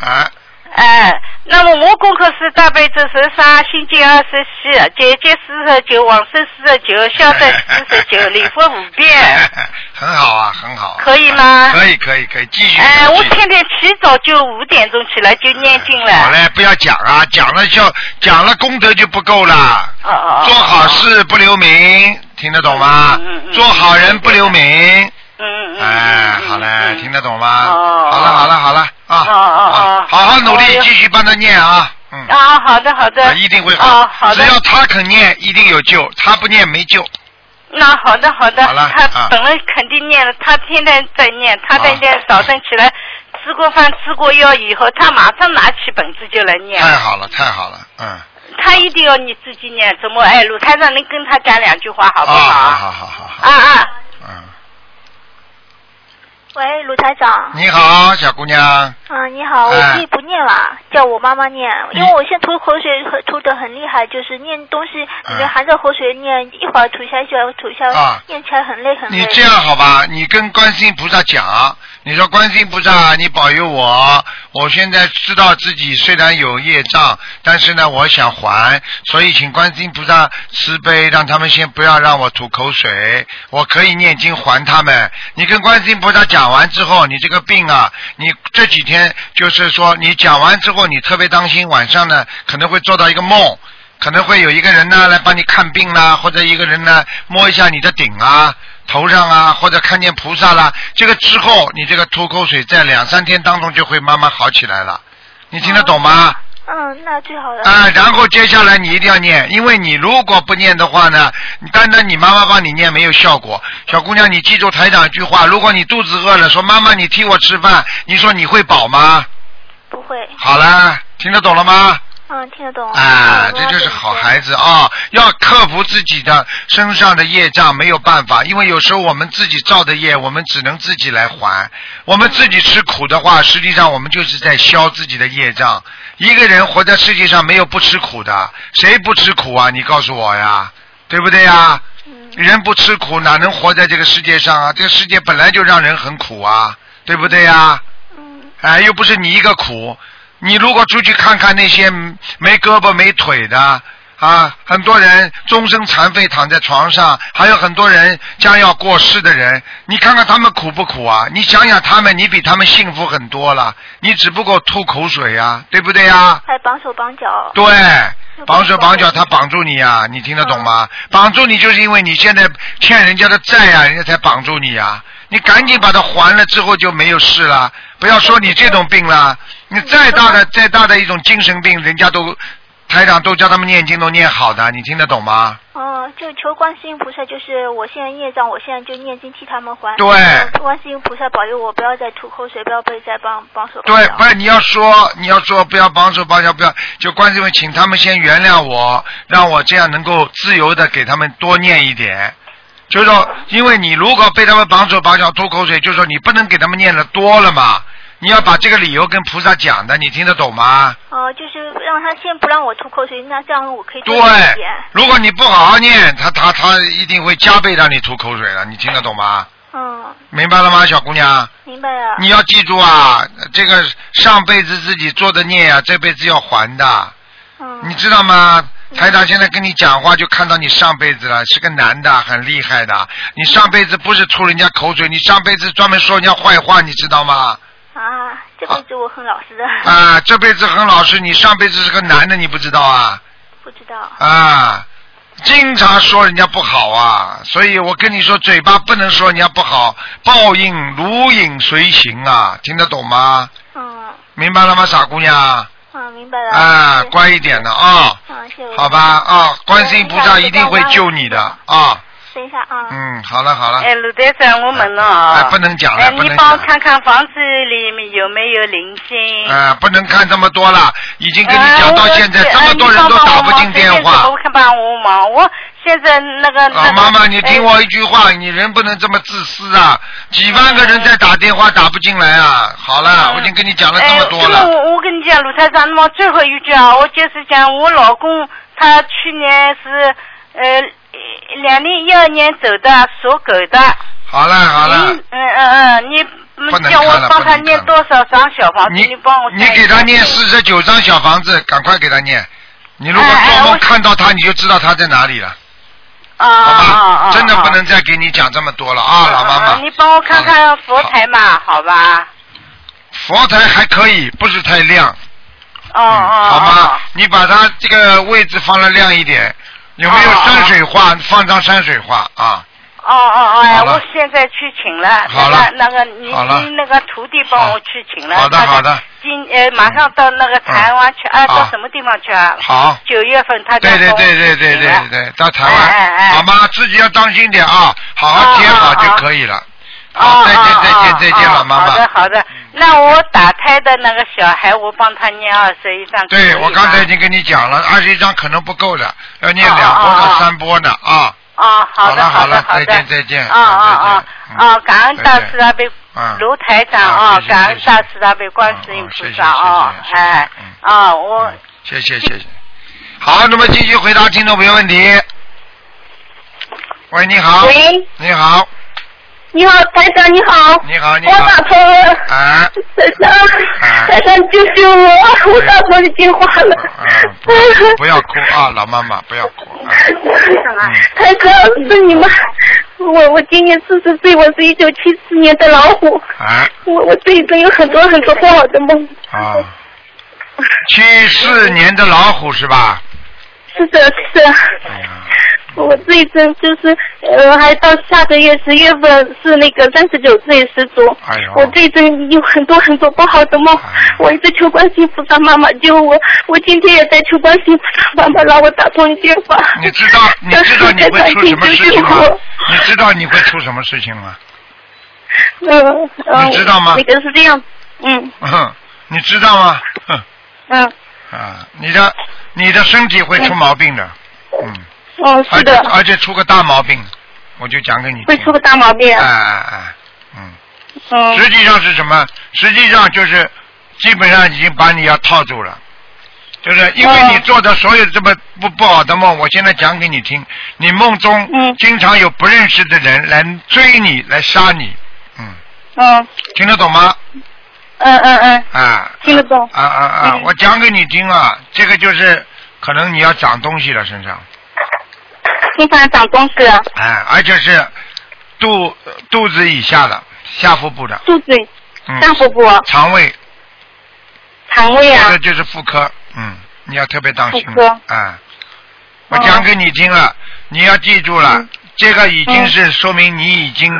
[SPEAKER 1] 啊，
[SPEAKER 7] 哎，那么我功课是大悲咒十三，心经二十七，姐姐四十九，往生四十九，消灾四十九，礼佛五遍，
[SPEAKER 1] 很好啊，很好啊。
[SPEAKER 7] 可以吗？
[SPEAKER 1] 可以可以可以，继续。
[SPEAKER 7] 哎，
[SPEAKER 1] 继续
[SPEAKER 7] 我天天起早就五点钟起来就念经了。
[SPEAKER 1] 好嘞，不要讲啊，讲了就讲了功德就不够了。
[SPEAKER 7] 哦哦。哦
[SPEAKER 1] 做好。事不留名，听得懂吗
[SPEAKER 7] 嗯嗯嗯？嗯
[SPEAKER 1] 做好人不留名。
[SPEAKER 7] 嗯嗯嗯嗯。嗯
[SPEAKER 1] 哎，好嘞，
[SPEAKER 7] 嗯
[SPEAKER 1] 听得懂吗？
[SPEAKER 7] 哦
[SPEAKER 1] 好了好了好了啊！
[SPEAKER 7] 哦哦
[SPEAKER 1] 啊
[SPEAKER 7] 哦
[SPEAKER 1] 好好努
[SPEAKER 7] 哎
[SPEAKER 1] 力，
[SPEAKER 7] 呦
[SPEAKER 1] 继续帮他念啊！嗯，
[SPEAKER 7] 啊，好的好的，
[SPEAKER 1] 啊一定会
[SPEAKER 7] 哦，好
[SPEAKER 1] 只
[SPEAKER 7] 的，
[SPEAKER 1] 要他肯念，一定有救；他不念没救。
[SPEAKER 7] 那好的好的，
[SPEAKER 1] 好了啊
[SPEAKER 7] 他本来肯定念了，他天天在念，他在
[SPEAKER 1] 啊
[SPEAKER 7] 念，早晨起来吃过饭吃过药以后，他马上拿起本子就来念，
[SPEAKER 1] 太好了，太好了，嗯，
[SPEAKER 7] 他一定要你自己念，怎么哎，鲁台长，您跟他讲两句话好
[SPEAKER 1] 啊，
[SPEAKER 7] 不好？
[SPEAKER 1] 好好好好好，
[SPEAKER 7] 啊啊，
[SPEAKER 1] 嗯，
[SPEAKER 9] 喂，卢台长，
[SPEAKER 1] 你好，小姑娘，
[SPEAKER 9] 嗯、你好，我
[SPEAKER 1] 哎
[SPEAKER 9] 自己不念了，叫我妈妈念，因
[SPEAKER 1] 你
[SPEAKER 9] 为我现在吐口水很吐的很厉害，就是念东西里
[SPEAKER 1] 嗯
[SPEAKER 9] 面含着口水念，一会儿吐一下，一会儿吐一下，
[SPEAKER 1] 啊
[SPEAKER 9] 念起来很累很累。
[SPEAKER 1] 你这样好吧？你跟观世音菩萨讲，你说观世音菩萨，你保佑我，我现在知道自己虽然有业障，但是呢，我想还，所以请观世音菩萨慈悲，让他们先不要让我吐口水，我可以念经还他们。你跟观世音菩萨讲完之后，你这个病啊，你这几天就是说，你讲完之后，你特别当心，晚上呢可能会做到一个梦。可能会有一个人呢来帮你看病啦，或者一个人呢摸一下你的顶啊、头上啊，或者看见菩萨啦。这个之后，你这个吐口水在两三天当中就会慢慢好起来了。你听得懂吗？
[SPEAKER 9] 嗯，那最好了。
[SPEAKER 1] 啊、然后接下来你一定要念，因为你如果不念的话呢，单单你妈妈帮你念没有效果。小姑娘，你记住台长一句话：如果你肚子饿了，说妈妈你替我吃饭，你说你会饱吗？
[SPEAKER 9] 不会，
[SPEAKER 1] 好啦，听得懂了吗？
[SPEAKER 9] 嗯，听得懂。
[SPEAKER 1] 啊，
[SPEAKER 9] 嗯
[SPEAKER 1] 这就是好孩。子啊、要克服自己的身上的业障，没有办法，因为有时候我们自己造的业，我们只能自己来还。我们自己吃苦的话，实际上我们就是在消自己的业障。一个人活在世界上没有不吃苦的，谁不吃苦啊？你告诉我呀，对不对呀？人不吃苦哪能活在这个世界上啊？这个世界本来就让人很苦啊，对不对呀、哎，又不是你一个苦。你如果出去看看那些嗯没胳膊没腿的啊，很多人终身残废躺在床上，还有很多人将要过世的人，你看看他们苦不苦啊？你想想他们，你比他们幸福很多了。你只不过吐口水呀、对不对呀、
[SPEAKER 9] 还绑手绑脚。
[SPEAKER 1] 对，绑手绑脚，他绑住你呀、你听得懂吗？绑住你就是因为你现在欠人家的债呀、人家才绑住你呀、啊你赶紧把它还了之后就没有事了，不要说你这种病了，你再大的再大的一种精神病，人家都台长都叫他们念经都念好的，你听得懂吗？
[SPEAKER 9] 嗯，就求观世音菩萨，就是我现在业障，我现在就念经替他们还。
[SPEAKER 1] 对
[SPEAKER 9] 嗯观世音菩萨保佑我，不要再吐口水，不要被再绑绑手绑
[SPEAKER 1] 对，
[SPEAKER 9] 脚。
[SPEAKER 1] 不是你要说，你要说不要帮手帮脚，不要就观众们，请他们先原谅我，让我这样能够自由的给他们多念一点。就是说，因为你如果被他们绑手绑脚吐口水，就是说你不能给他们念的多了嘛。你要把这个理由跟菩萨讲的，你听得懂吗？
[SPEAKER 9] 呃，就是让他先不让我吐口水，那这样我可以多
[SPEAKER 1] 对
[SPEAKER 9] 念一点。，
[SPEAKER 1] 如果你不好好念，他他他一定会加倍让你吐口水了，你听得懂吗？
[SPEAKER 9] 嗯，
[SPEAKER 1] 明白了吗，小姑娘？
[SPEAKER 9] 明白了。
[SPEAKER 1] 你要记住啊，这个上辈子自己做的孽呀、这辈子要还的，
[SPEAKER 9] 嗯，
[SPEAKER 1] 你知道吗？台长现在跟你讲话，就看到你上辈子了，是个男的，很厉害的。你上辈子不是吐人家口水，你上辈子专门说人家坏话，你知道吗？
[SPEAKER 9] 啊，这辈子我很老实的，
[SPEAKER 1] 啊，这辈子很老实，你上辈子是个男的，你不知道啊？
[SPEAKER 9] 不知道。
[SPEAKER 1] 啊，经常说人家不好啊，所以我跟你说，嘴巴不能说人家不好，报应如影随形啊，听得懂吗？
[SPEAKER 9] 嗯
[SPEAKER 1] 明白了吗，傻姑娘？
[SPEAKER 9] 嗯，明白了。
[SPEAKER 1] 啊
[SPEAKER 9] 谢，谢
[SPEAKER 1] 乖一点的啊，
[SPEAKER 9] 嗯，谢谢嗯我。
[SPEAKER 1] 好吧。啊，观世音菩萨一定会救你的啊。
[SPEAKER 9] 等一下啊。
[SPEAKER 1] 嗯，好了好了，
[SPEAKER 7] 哎，卢台长，我问了啊
[SPEAKER 1] 哎不能讲了
[SPEAKER 7] 哎，
[SPEAKER 1] 不能
[SPEAKER 7] 你
[SPEAKER 1] 讲
[SPEAKER 7] 帮我看看房子里面有没有灵性？
[SPEAKER 1] 啊，不能看这么多了，已经跟你
[SPEAKER 7] 哎
[SPEAKER 1] 讲到
[SPEAKER 7] 我
[SPEAKER 1] 现在，
[SPEAKER 7] 是
[SPEAKER 1] 这么多人都打不进电
[SPEAKER 7] 哎你帮帮我忙这件事
[SPEAKER 1] 话
[SPEAKER 7] 我。看帮我忙，我现在那个。那
[SPEAKER 1] 老
[SPEAKER 7] 个
[SPEAKER 1] 啊妈妈，你听。
[SPEAKER 7] 哎
[SPEAKER 1] 我一句话，你人不能这么自私啊！几万个人在打电话打不进来啊！好了，
[SPEAKER 7] 嗯
[SPEAKER 1] 我已经跟你讲了这
[SPEAKER 7] 哎，
[SPEAKER 1] 么多了，
[SPEAKER 7] 我我跟你讲，卢台长，那么最后一句啊，我就是讲我老公他去年是呃两零一二年走的，属狗的。
[SPEAKER 1] 好了好了
[SPEAKER 7] 你，嗯嗯嗯，你
[SPEAKER 1] 不能
[SPEAKER 7] 嗯叫我
[SPEAKER 1] 看了
[SPEAKER 7] 帮
[SPEAKER 1] 不能
[SPEAKER 7] 他
[SPEAKER 1] 看
[SPEAKER 7] 念
[SPEAKER 1] 了
[SPEAKER 7] 多少张小房子？
[SPEAKER 1] 你
[SPEAKER 7] 帮我
[SPEAKER 1] 你
[SPEAKER 7] 看一
[SPEAKER 1] 给他
[SPEAKER 7] 下
[SPEAKER 1] 念四十九张小房子，赶快给他念。你如果
[SPEAKER 7] 哎哎
[SPEAKER 1] 做
[SPEAKER 7] 我
[SPEAKER 1] 梦看到他，你就知道他在哪里了，
[SPEAKER 7] 啊
[SPEAKER 1] 好吧？
[SPEAKER 7] 啊！
[SPEAKER 1] 真的
[SPEAKER 7] 啊
[SPEAKER 1] 不能再给你讲这么多了啊，老妈
[SPEAKER 7] 啊
[SPEAKER 1] 妈
[SPEAKER 7] 你。帮我看看佛台嘛，好吧？
[SPEAKER 1] 佛台还可以，不是太亮，
[SPEAKER 7] 哦
[SPEAKER 1] 嗯，
[SPEAKER 7] 哦，
[SPEAKER 1] 好吗
[SPEAKER 7] 哦？
[SPEAKER 1] 你把它这个位置放的亮一点，有没有
[SPEAKER 7] 哦哦
[SPEAKER 1] 山水画？放张山水画啊。
[SPEAKER 7] 哦哦哦，
[SPEAKER 1] 好
[SPEAKER 7] 哎，
[SPEAKER 1] 了
[SPEAKER 7] 我现在去请了，
[SPEAKER 1] 好了
[SPEAKER 7] 那个那个你
[SPEAKER 1] 好了
[SPEAKER 7] 你那个徒弟帮我去请了，
[SPEAKER 1] 好的
[SPEAKER 7] 他
[SPEAKER 1] 好的，嗯
[SPEAKER 7] 今呃马上到那个台湾去，啊，到什么地方去啊？
[SPEAKER 1] 好。
[SPEAKER 7] 九月份他
[SPEAKER 1] 对
[SPEAKER 7] 再
[SPEAKER 1] 对
[SPEAKER 7] 帮我
[SPEAKER 1] 对对
[SPEAKER 7] 去
[SPEAKER 1] 对
[SPEAKER 7] 请
[SPEAKER 1] 对
[SPEAKER 7] 了
[SPEAKER 1] 对，到台
[SPEAKER 7] 哎哎
[SPEAKER 1] 湾
[SPEAKER 7] 哎
[SPEAKER 1] 好吗？自己要当心点啊，好好贴好就可以了。好，
[SPEAKER 7] 哦
[SPEAKER 1] 再见
[SPEAKER 7] 哦
[SPEAKER 1] 再
[SPEAKER 7] 哦
[SPEAKER 1] 见再见，
[SPEAKER 7] 哦
[SPEAKER 1] 老妈
[SPEAKER 7] 好
[SPEAKER 1] 妈
[SPEAKER 7] 的。好的，那我打胎的那个小孩，我帮他念二十一张。啊可
[SPEAKER 1] 对
[SPEAKER 7] 以
[SPEAKER 1] 我刚才已
[SPEAKER 7] 吗
[SPEAKER 1] 经跟你讲了，二十一张可能不够的，要念
[SPEAKER 7] 哦
[SPEAKER 1] 两波
[SPEAKER 7] 哦
[SPEAKER 1] 到
[SPEAKER 7] 哦
[SPEAKER 1] 三波的啊。
[SPEAKER 7] 哦，好的
[SPEAKER 1] 好了
[SPEAKER 7] 的
[SPEAKER 1] 好
[SPEAKER 7] 好
[SPEAKER 1] 了再
[SPEAKER 7] 的，
[SPEAKER 1] 见再见
[SPEAKER 7] 哦哦
[SPEAKER 1] 嗯
[SPEAKER 7] 哦哦，感恩大
[SPEAKER 1] 再见
[SPEAKER 7] 慈大悲
[SPEAKER 1] 嗯
[SPEAKER 7] 卢台长
[SPEAKER 1] 啊
[SPEAKER 7] 哦
[SPEAKER 1] 谢，谢
[SPEAKER 7] 感恩
[SPEAKER 1] 谢谢
[SPEAKER 7] 大慈大悲观世音菩萨哦
[SPEAKER 1] 嗯嗯谢谢谢谢谢，谢
[SPEAKER 7] 哎
[SPEAKER 1] 嗯
[SPEAKER 7] 哦，我
[SPEAKER 1] 嗯谢谢谢谢。好，那么继续回答听众朋友问题。喂，你好，
[SPEAKER 10] 喂，
[SPEAKER 1] 你好，啊
[SPEAKER 10] 你好，台长，你好。
[SPEAKER 1] 你好，你
[SPEAKER 10] 我
[SPEAKER 1] 好，
[SPEAKER 10] 打通了，
[SPEAKER 1] 啊，
[SPEAKER 10] 台长
[SPEAKER 1] 啊，
[SPEAKER 10] 台长救救我！我打通你电话了
[SPEAKER 1] 啊，不要。不要哭啊，老妈妈不要哭啊。
[SPEAKER 10] 台长，是你吗？我我今年四十岁，我是一九七四年的老虎。
[SPEAKER 1] 啊
[SPEAKER 10] 我我这一生有很多很多不好的梦。
[SPEAKER 1] 啊，七四年的老虎是吧？
[SPEAKER 10] 是的，是的。
[SPEAKER 1] 哎呀，
[SPEAKER 10] 我这一生就是，呃，还到下个月十月份是那个三十九岁十足。
[SPEAKER 1] 哎呦
[SPEAKER 10] 我这一生有很多很多不好的梦
[SPEAKER 1] 哎，
[SPEAKER 10] 我一直求观世音菩萨妈妈救我。我今天也在求观世音菩萨妈妈让我打通电话。
[SPEAKER 1] 你知道你知道你会出什么事情 吗
[SPEAKER 10] 台长请救救我？
[SPEAKER 1] 你知道你会出什么事情吗？
[SPEAKER 10] 嗯，嗯
[SPEAKER 1] 你知道
[SPEAKER 8] 哦
[SPEAKER 1] 吗
[SPEAKER 10] 那个是这样，嗯
[SPEAKER 1] 哼，你知道吗？哼
[SPEAKER 10] 嗯
[SPEAKER 1] 啊，你的你的身体会出毛病的，嗯，
[SPEAKER 10] 哦，
[SPEAKER 1] 而且
[SPEAKER 10] 是的，
[SPEAKER 1] 而且出个大毛病，我就讲给你听。
[SPEAKER 10] 会出个大毛病啊
[SPEAKER 1] 哎。哎哎，嗯。
[SPEAKER 10] 嗯
[SPEAKER 1] 实际上是什么？实际上就是基本上已经把你要套住了，就是因为你做的所有这么不不好的梦，我现在讲给你听，你梦中
[SPEAKER 10] 嗯
[SPEAKER 1] 经常有不认识的人来追你，来杀你，嗯，
[SPEAKER 10] 嗯
[SPEAKER 1] 听得懂吗？
[SPEAKER 10] 嗯嗯嗯，
[SPEAKER 1] 啊
[SPEAKER 10] 听得懂。
[SPEAKER 1] 啊啊啊！
[SPEAKER 10] 嗯
[SPEAKER 1] 我讲给你听啊，这个就是可能你要长东西了身上，
[SPEAKER 10] 经常长啊东西了，
[SPEAKER 1] 哎、而且是肚肚子以下的下腹部的，
[SPEAKER 10] 肚子、
[SPEAKER 1] 嗯，
[SPEAKER 10] 上腹部、
[SPEAKER 1] 肠胃
[SPEAKER 10] 肠胃
[SPEAKER 1] 这
[SPEAKER 10] 啊
[SPEAKER 1] 个，就是妇科，嗯，你要特别当心
[SPEAKER 10] 妇科。
[SPEAKER 1] 啊、我讲给你听了，你要记住
[SPEAKER 10] 嗯
[SPEAKER 1] 了，这个已经是说明你已经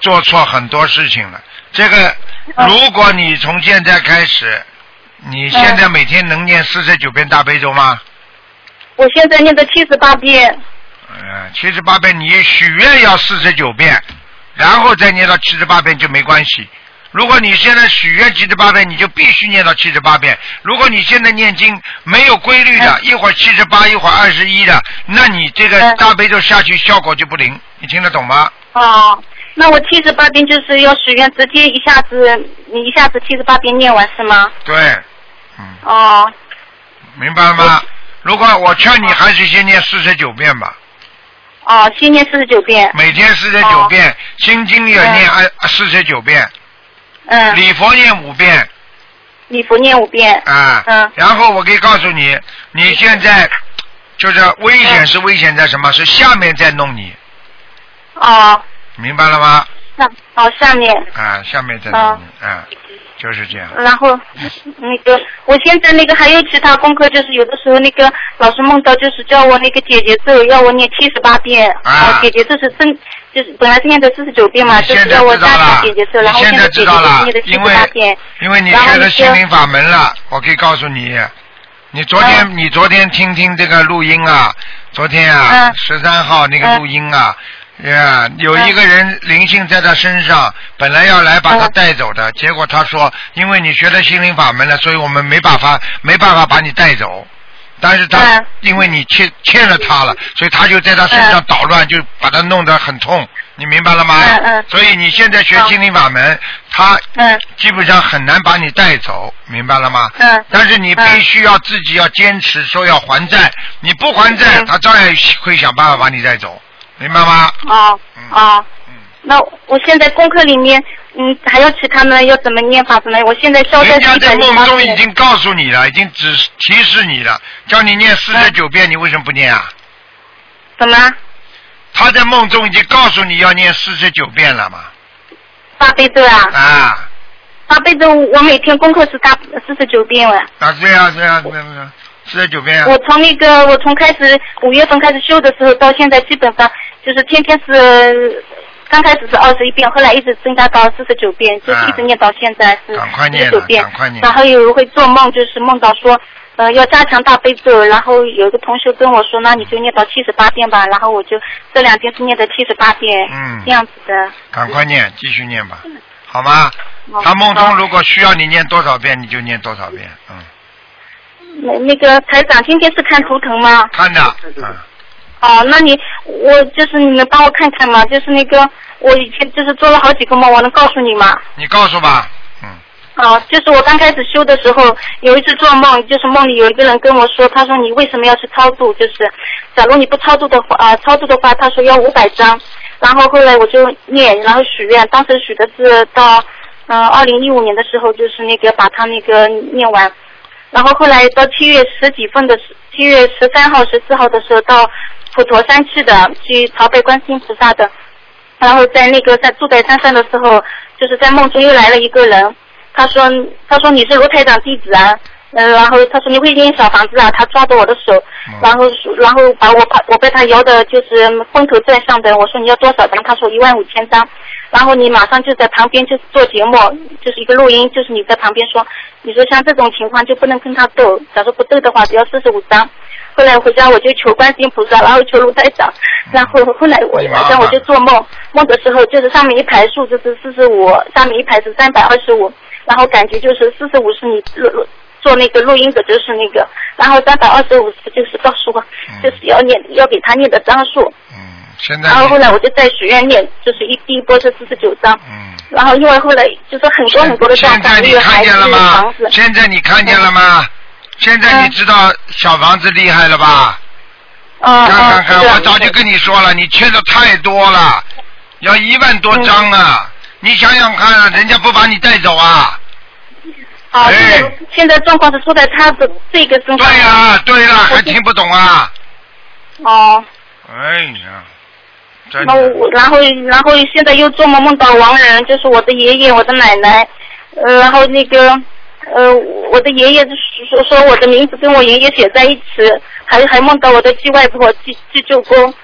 [SPEAKER 1] 做错很多事情了。这个，
[SPEAKER 10] 嗯
[SPEAKER 1] 如果你从现在开始，你现在每天能念四十九遍大悲咒吗？
[SPEAKER 10] 我现在念的七十八遍。
[SPEAKER 1] 嗯，七十八遍，你许愿要四十九遍，然后再念到七十八遍就没关系。如果你现在许愿七十八遍，你就必须念到七十八遍。如果你现在念经没有规律的，一会儿七十八，一会儿二十一的，那你这个
[SPEAKER 10] 嗯
[SPEAKER 1] 大悲咒下去效果就不灵。你听得懂吗？
[SPEAKER 10] 哦，那我七十八遍就是要许愿，直接一下子你一下子七十八遍念完是吗？
[SPEAKER 1] 对，
[SPEAKER 10] 哦，
[SPEAKER 1] 明白了吗？如果我劝你，还是先念四十九遍吧，
[SPEAKER 10] 哦，先念四十九遍。
[SPEAKER 1] 每天四十九
[SPEAKER 10] 哦
[SPEAKER 1] 遍，心经也念二四十九遍，
[SPEAKER 10] 嗯，
[SPEAKER 1] 礼佛念五遍
[SPEAKER 10] 礼佛念五遍。
[SPEAKER 1] 啊。
[SPEAKER 10] 嗯
[SPEAKER 1] 然后我可以告诉你，你现在就是危险是危险在什么？是下面在弄你，
[SPEAKER 10] 哦，
[SPEAKER 1] 明白了吗？
[SPEAKER 10] 那哦下面，
[SPEAKER 1] 啊，下面在
[SPEAKER 10] 哦
[SPEAKER 1] 弄你，啊，就是这样。
[SPEAKER 10] 然后那个我现在那个还有其他功课，就是有的时候那个老师梦到就是叫我那个姐姐咒，要我念七十八遍。
[SPEAKER 1] 啊
[SPEAKER 10] 姐姐咒是真。就是本来是念的四十九遍嘛，
[SPEAKER 1] 你
[SPEAKER 10] 就
[SPEAKER 1] 现
[SPEAKER 10] 是
[SPEAKER 1] 在
[SPEAKER 10] 要我
[SPEAKER 1] 知道
[SPEAKER 10] 加
[SPEAKER 1] 了，
[SPEAKER 10] 强姐姐咒，
[SPEAKER 1] 你
[SPEAKER 10] 然后
[SPEAKER 1] 现在
[SPEAKER 10] 在
[SPEAKER 1] 知
[SPEAKER 10] 姐姐
[SPEAKER 1] 道
[SPEAKER 10] 咒
[SPEAKER 1] 了
[SPEAKER 10] 念的，七
[SPEAKER 1] 因
[SPEAKER 10] 十
[SPEAKER 1] 为
[SPEAKER 10] 八遍。
[SPEAKER 1] 因为你
[SPEAKER 10] 然后
[SPEAKER 1] 学
[SPEAKER 10] 那
[SPEAKER 1] 了
[SPEAKER 10] 个
[SPEAKER 1] 心灵法门了，我可以告诉你，你昨天、你昨天听听这个录音啊，昨天啊
[SPEAKER 10] 嗯
[SPEAKER 1] 十三、13号那个录音啊。呀、有一个人灵性在他身上，本来要来把他带走的，结果他说，因为你学了心灵法门了，所以我们没办法没办法把你带走。但是他、
[SPEAKER 10] 嗯
[SPEAKER 1] 因为你欠欠了他了，所以他就在他身上捣乱，就把他弄得很痛，你明白了吗？
[SPEAKER 10] 嗯嗯
[SPEAKER 1] 所以你现在学心灵法门，他
[SPEAKER 10] 嗯
[SPEAKER 1] 基本上很难把你带走，明白了吗？
[SPEAKER 10] 嗯
[SPEAKER 1] 但是你必须要自己要坚持说要还债，你不还债，
[SPEAKER 10] 嗯
[SPEAKER 1] 他照样会想办法把你带走，明白吗？
[SPEAKER 10] 哦
[SPEAKER 1] 嗯
[SPEAKER 10] 哦，那我现在功课里面，嗯，还有其他的要怎么念法怎么？我现在消灾
[SPEAKER 1] 人家
[SPEAKER 10] 一
[SPEAKER 1] 在
[SPEAKER 10] 百零
[SPEAKER 1] 梦
[SPEAKER 10] 八
[SPEAKER 1] 中已
[SPEAKER 10] 遍。
[SPEAKER 1] 经告诉你了，已经指提示你了，叫你念四十九遍，你为什么不念啊？
[SPEAKER 10] 嗯怎么？
[SPEAKER 1] 他在梦中已经告诉你要念四十九遍了嘛？
[SPEAKER 10] 八倍咒啊？
[SPEAKER 1] 啊，
[SPEAKER 10] 八倍咒，我每天功课是大四十九遍了。
[SPEAKER 1] 啊，对呀、啊，对呀、啊，对呀、啊，四十九遍啊
[SPEAKER 10] 我从那个我从开始五月份开始修的时候到现在，基本上就是天天是刚开始是二十一遍，后来一直增加到四十九遍，就是一直念到现在是
[SPEAKER 1] 啊赶快
[SPEAKER 10] 四
[SPEAKER 1] 念
[SPEAKER 10] 十
[SPEAKER 1] 了
[SPEAKER 10] 九遍
[SPEAKER 1] 赶快。念
[SPEAKER 10] 然后有会做梦，就是梦到说。呃，要加强大悲咒，然后有一个同学跟我说，那你就念到七十八遍吧，然后我就这两天是念的七十八遍，
[SPEAKER 1] 嗯
[SPEAKER 10] 这样子的。
[SPEAKER 1] 赶快念，继续念吧，
[SPEAKER 10] 嗯
[SPEAKER 1] 好吗？
[SPEAKER 10] 哦
[SPEAKER 1] 他梦中如果需要你念多少遍，你就念多少遍，嗯，
[SPEAKER 10] 那那个台长，今天是看图腾吗？
[SPEAKER 1] 看着，嗯，
[SPEAKER 10] 哦，那你我就是你能帮我看看吗？就是那个我以前就是做了好几个梦，我能告诉你吗？
[SPEAKER 1] 你告诉吧，
[SPEAKER 10] 哦，就是我刚开始修的时候，有一次做梦，就是梦里有一个人跟我说，他说你为什么要去超度？就是假如你不超度的话，呃，超度的话，他说要五百张。然后后来我就念，然后许愿，当时许的是到嗯二零一五年的时候，就是那个把它那个念完。然后后来到七月十几份的时，七月十三号、十四号的时候到普陀山去的，去朝拜观世音菩萨的。然后在那个在住在山上的时候，就是在梦中又来了一个人，他说他说你是卢台长弟子啊，嗯、然后他说你会念小房子啊，他抓着我的手，然后说然后把我把我被他摇的就是风头转向的，我说你要多少张？他说一万五千张，然后你马上就在旁边就是做节目，就是一个录音，就是你在旁边说，你说像这种情况就不能跟他斗，假如不斗的话只要四十五张。后来回家我就求观世音菩萨，然后求卢台长，然后后来我晚上我就做梦，梦的时候就是上面一排数字是四十五，下面一排是三百二十五，然后感觉就是四十五是你录录做那个录音的，就是那个，然后三百二十五就是告诉我，就是要念要给他念的张数，
[SPEAKER 1] 现在
[SPEAKER 10] 然后后来我就在许愿念，就是一第一波是四十九张，
[SPEAKER 1] 嗯，
[SPEAKER 10] 然后因为后来就是很多很多的状
[SPEAKER 1] 现在
[SPEAKER 10] 况，
[SPEAKER 1] 你
[SPEAKER 10] 因为
[SPEAKER 1] 看
[SPEAKER 10] 孩子
[SPEAKER 1] 见了吗
[SPEAKER 10] 房子？，嗯
[SPEAKER 1] 现在你看见了吗？现在你知道小房子厉害了吧？
[SPEAKER 10] 嗯
[SPEAKER 1] 看看看，
[SPEAKER 10] 嗯
[SPEAKER 1] 我早就跟你说了，你缺的太多了，要一万多张
[SPEAKER 10] 嗯
[SPEAKER 1] 啊！你想想看啊，人家不把你带走啊？
[SPEAKER 10] 啊，现
[SPEAKER 1] 哎
[SPEAKER 10] 在现在状况是出在他的这个身上，
[SPEAKER 1] 对呀，对了，还听不懂啊？
[SPEAKER 10] 哦。
[SPEAKER 1] 哎呀，真
[SPEAKER 10] 那
[SPEAKER 1] 的，
[SPEAKER 10] 我哦然后然后现在又做梦梦到亡人，就是我的爷爷，我的奶奶，呃，然后那个呃，我的爷爷说说我的名字跟我爷爷写在一起，还还梦到我的继外婆、继继舅公，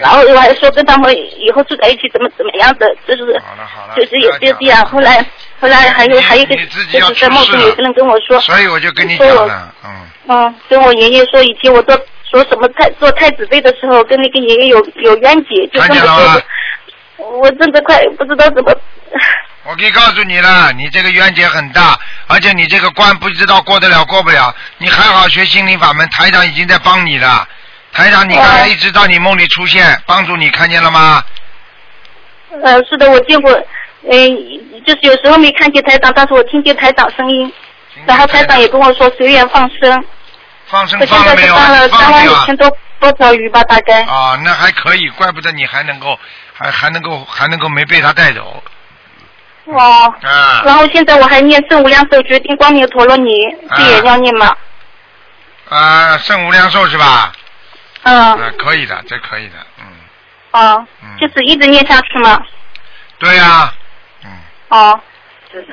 [SPEAKER 10] 然后我还说跟他们以后住在一起怎么怎么样的，就是就是也就这样。后来后来还有还有一个就是在梦中有个人跟我说，
[SPEAKER 1] 所以我就跟你
[SPEAKER 10] 说
[SPEAKER 1] 讲
[SPEAKER 10] 我
[SPEAKER 1] 了，嗯，
[SPEAKER 10] 嗯，跟我爷爷说，以前我做说什么太做太子妃的时候，跟那个爷爷有有冤结，就
[SPEAKER 1] 看
[SPEAKER 10] 这
[SPEAKER 1] 见
[SPEAKER 10] 么
[SPEAKER 1] 了啊
[SPEAKER 10] 多
[SPEAKER 1] 吗
[SPEAKER 10] 的。我真的快不知道怎么，
[SPEAKER 1] 我可以告诉你了，你这个冤结很大，而且你这个关不知道过得了过不了。你还好学心灵法门，台长已经在帮你了。台长，你刚才一直到你梦里出现，帮助你，看见了吗？
[SPEAKER 10] 呃，是的，我见过，嗯、就是有时候没看见台长，但是我听见台长声音，然后台长也跟我说随缘放生，
[SPEAKER 1] 放生
[SPEAKER 10] 我现
[SPEAKER 1] 放了
[SPEAKER 10] 在
[SPEAKER 1] 没
[SPEAKER 10] 是
[SPEAKER 1] 有？
[SPEAKER 10] 放了
[SPEAKER 1] 你
[SPEAKER 10] 三
[SPEAKER 1] 放了
[SPEAKER 10] 万
[SPEAKER 1] 没
[SPEAKER 10] 五
[SPEAKER 1] 有啊？
[SPEAKER 10] 千多多条鱼吧，大概。
[SPEAKER 1] 啊，那还可以，怪不得你还能够，还还能够，还能够没被他带走
[SPEAKER 10] 哦。
[SPEAKER 1] 啊。
[SPEAKER 10] 然后现在我还念《正无量寿决定光明陀罗尼》，这也要念吗？
[SPEAKER 1] 啊，圣无量寿是吧？
[SPEAKER 10] 嗯，
[SPEAKER 1] 啊，可以的，这可以的，嗯，
[SPEAKER 10] 哦，就是一直念下去吗？
[SPEAKER 1] 对啊呀、
[SPEAKER 10] 哦。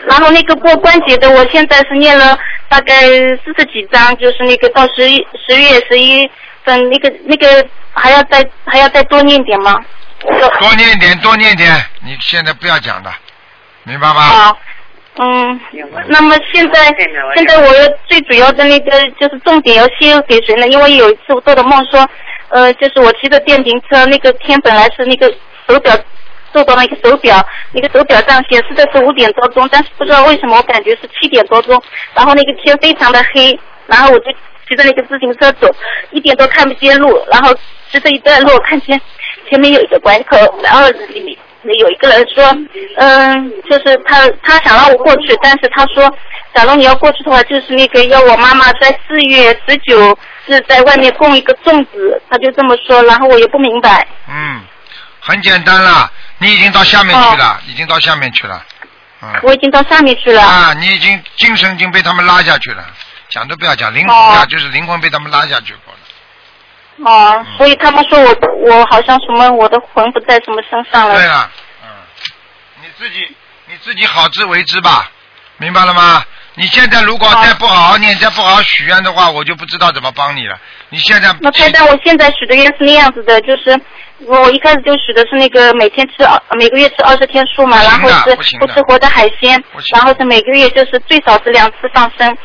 [SPEAKER 10] 然后那个过关节的，我现在是念了大概四十几章，就是那个到十一十月十一份那个那个还要再还要再多念点吗？
[SPEAKER 1] 多念一点，多念一点，你现在不要讲的，明白吗？
[SPEAKER 10] 啊，嗯，那么现在现在我要最主要的那个就是重点要先给谁呢？因为有一次我做的梦说，呃，就是我骑着电瓶车，那个天本来是那个手表做到那个手表，那个手表上显示的是五点多钟，但是不知道为什么我感觉是七点多钟，然后那个天非常的黑，然后我就骑着那个自行车走，一点都看不见路，然后骑着一段路看见前面有一个关口，然后里面。有一个人说，嗯，就是他他想让我过去，但是他说，假如你要过去的话，就是那个要我妈妈在四月十九日在外面供一个粽子，他就这么说，然后我也不明白。
[SPEAKER 1] 嗯，哦很简单了，你已经到下面去了，已经到下面去了，嗯
[SPEAKER 10] 我已经到下面去了。
[SPEAKER 1] 啊，你已经精神已经被他们拉下去了，讲都不要讲，灵魂呀、就是灵魂被他们拉下去过了，
[SPEAKER 10] 哦、所以他们说我我好像什么我的魂不在什么身上了。
[SPEAKER 1] 对啊了，嗯，你自己你自己好自为之吧，明白了吗？你现在如果再不好好念，再不好好许愿的话，我就不知道怎么帮你了。你现在
[SPEAKER 10] 那太太，我现在许的愿是那样子的，就是我一开始就许的是那个每天吃二每个月吃二十天素嘛，
[SPEAKER 1] 不
[SPEAKER 10] 然
[SPEAKER 1] 行
[SPEAKER 10] 后
[SPEAKER 1] 的
[SPEAKER 10] 是
[SPEAKER 1] 不行的
[SPEAKER 10] 不吃活的海鲜，然后是每个月就是最少是两次放生。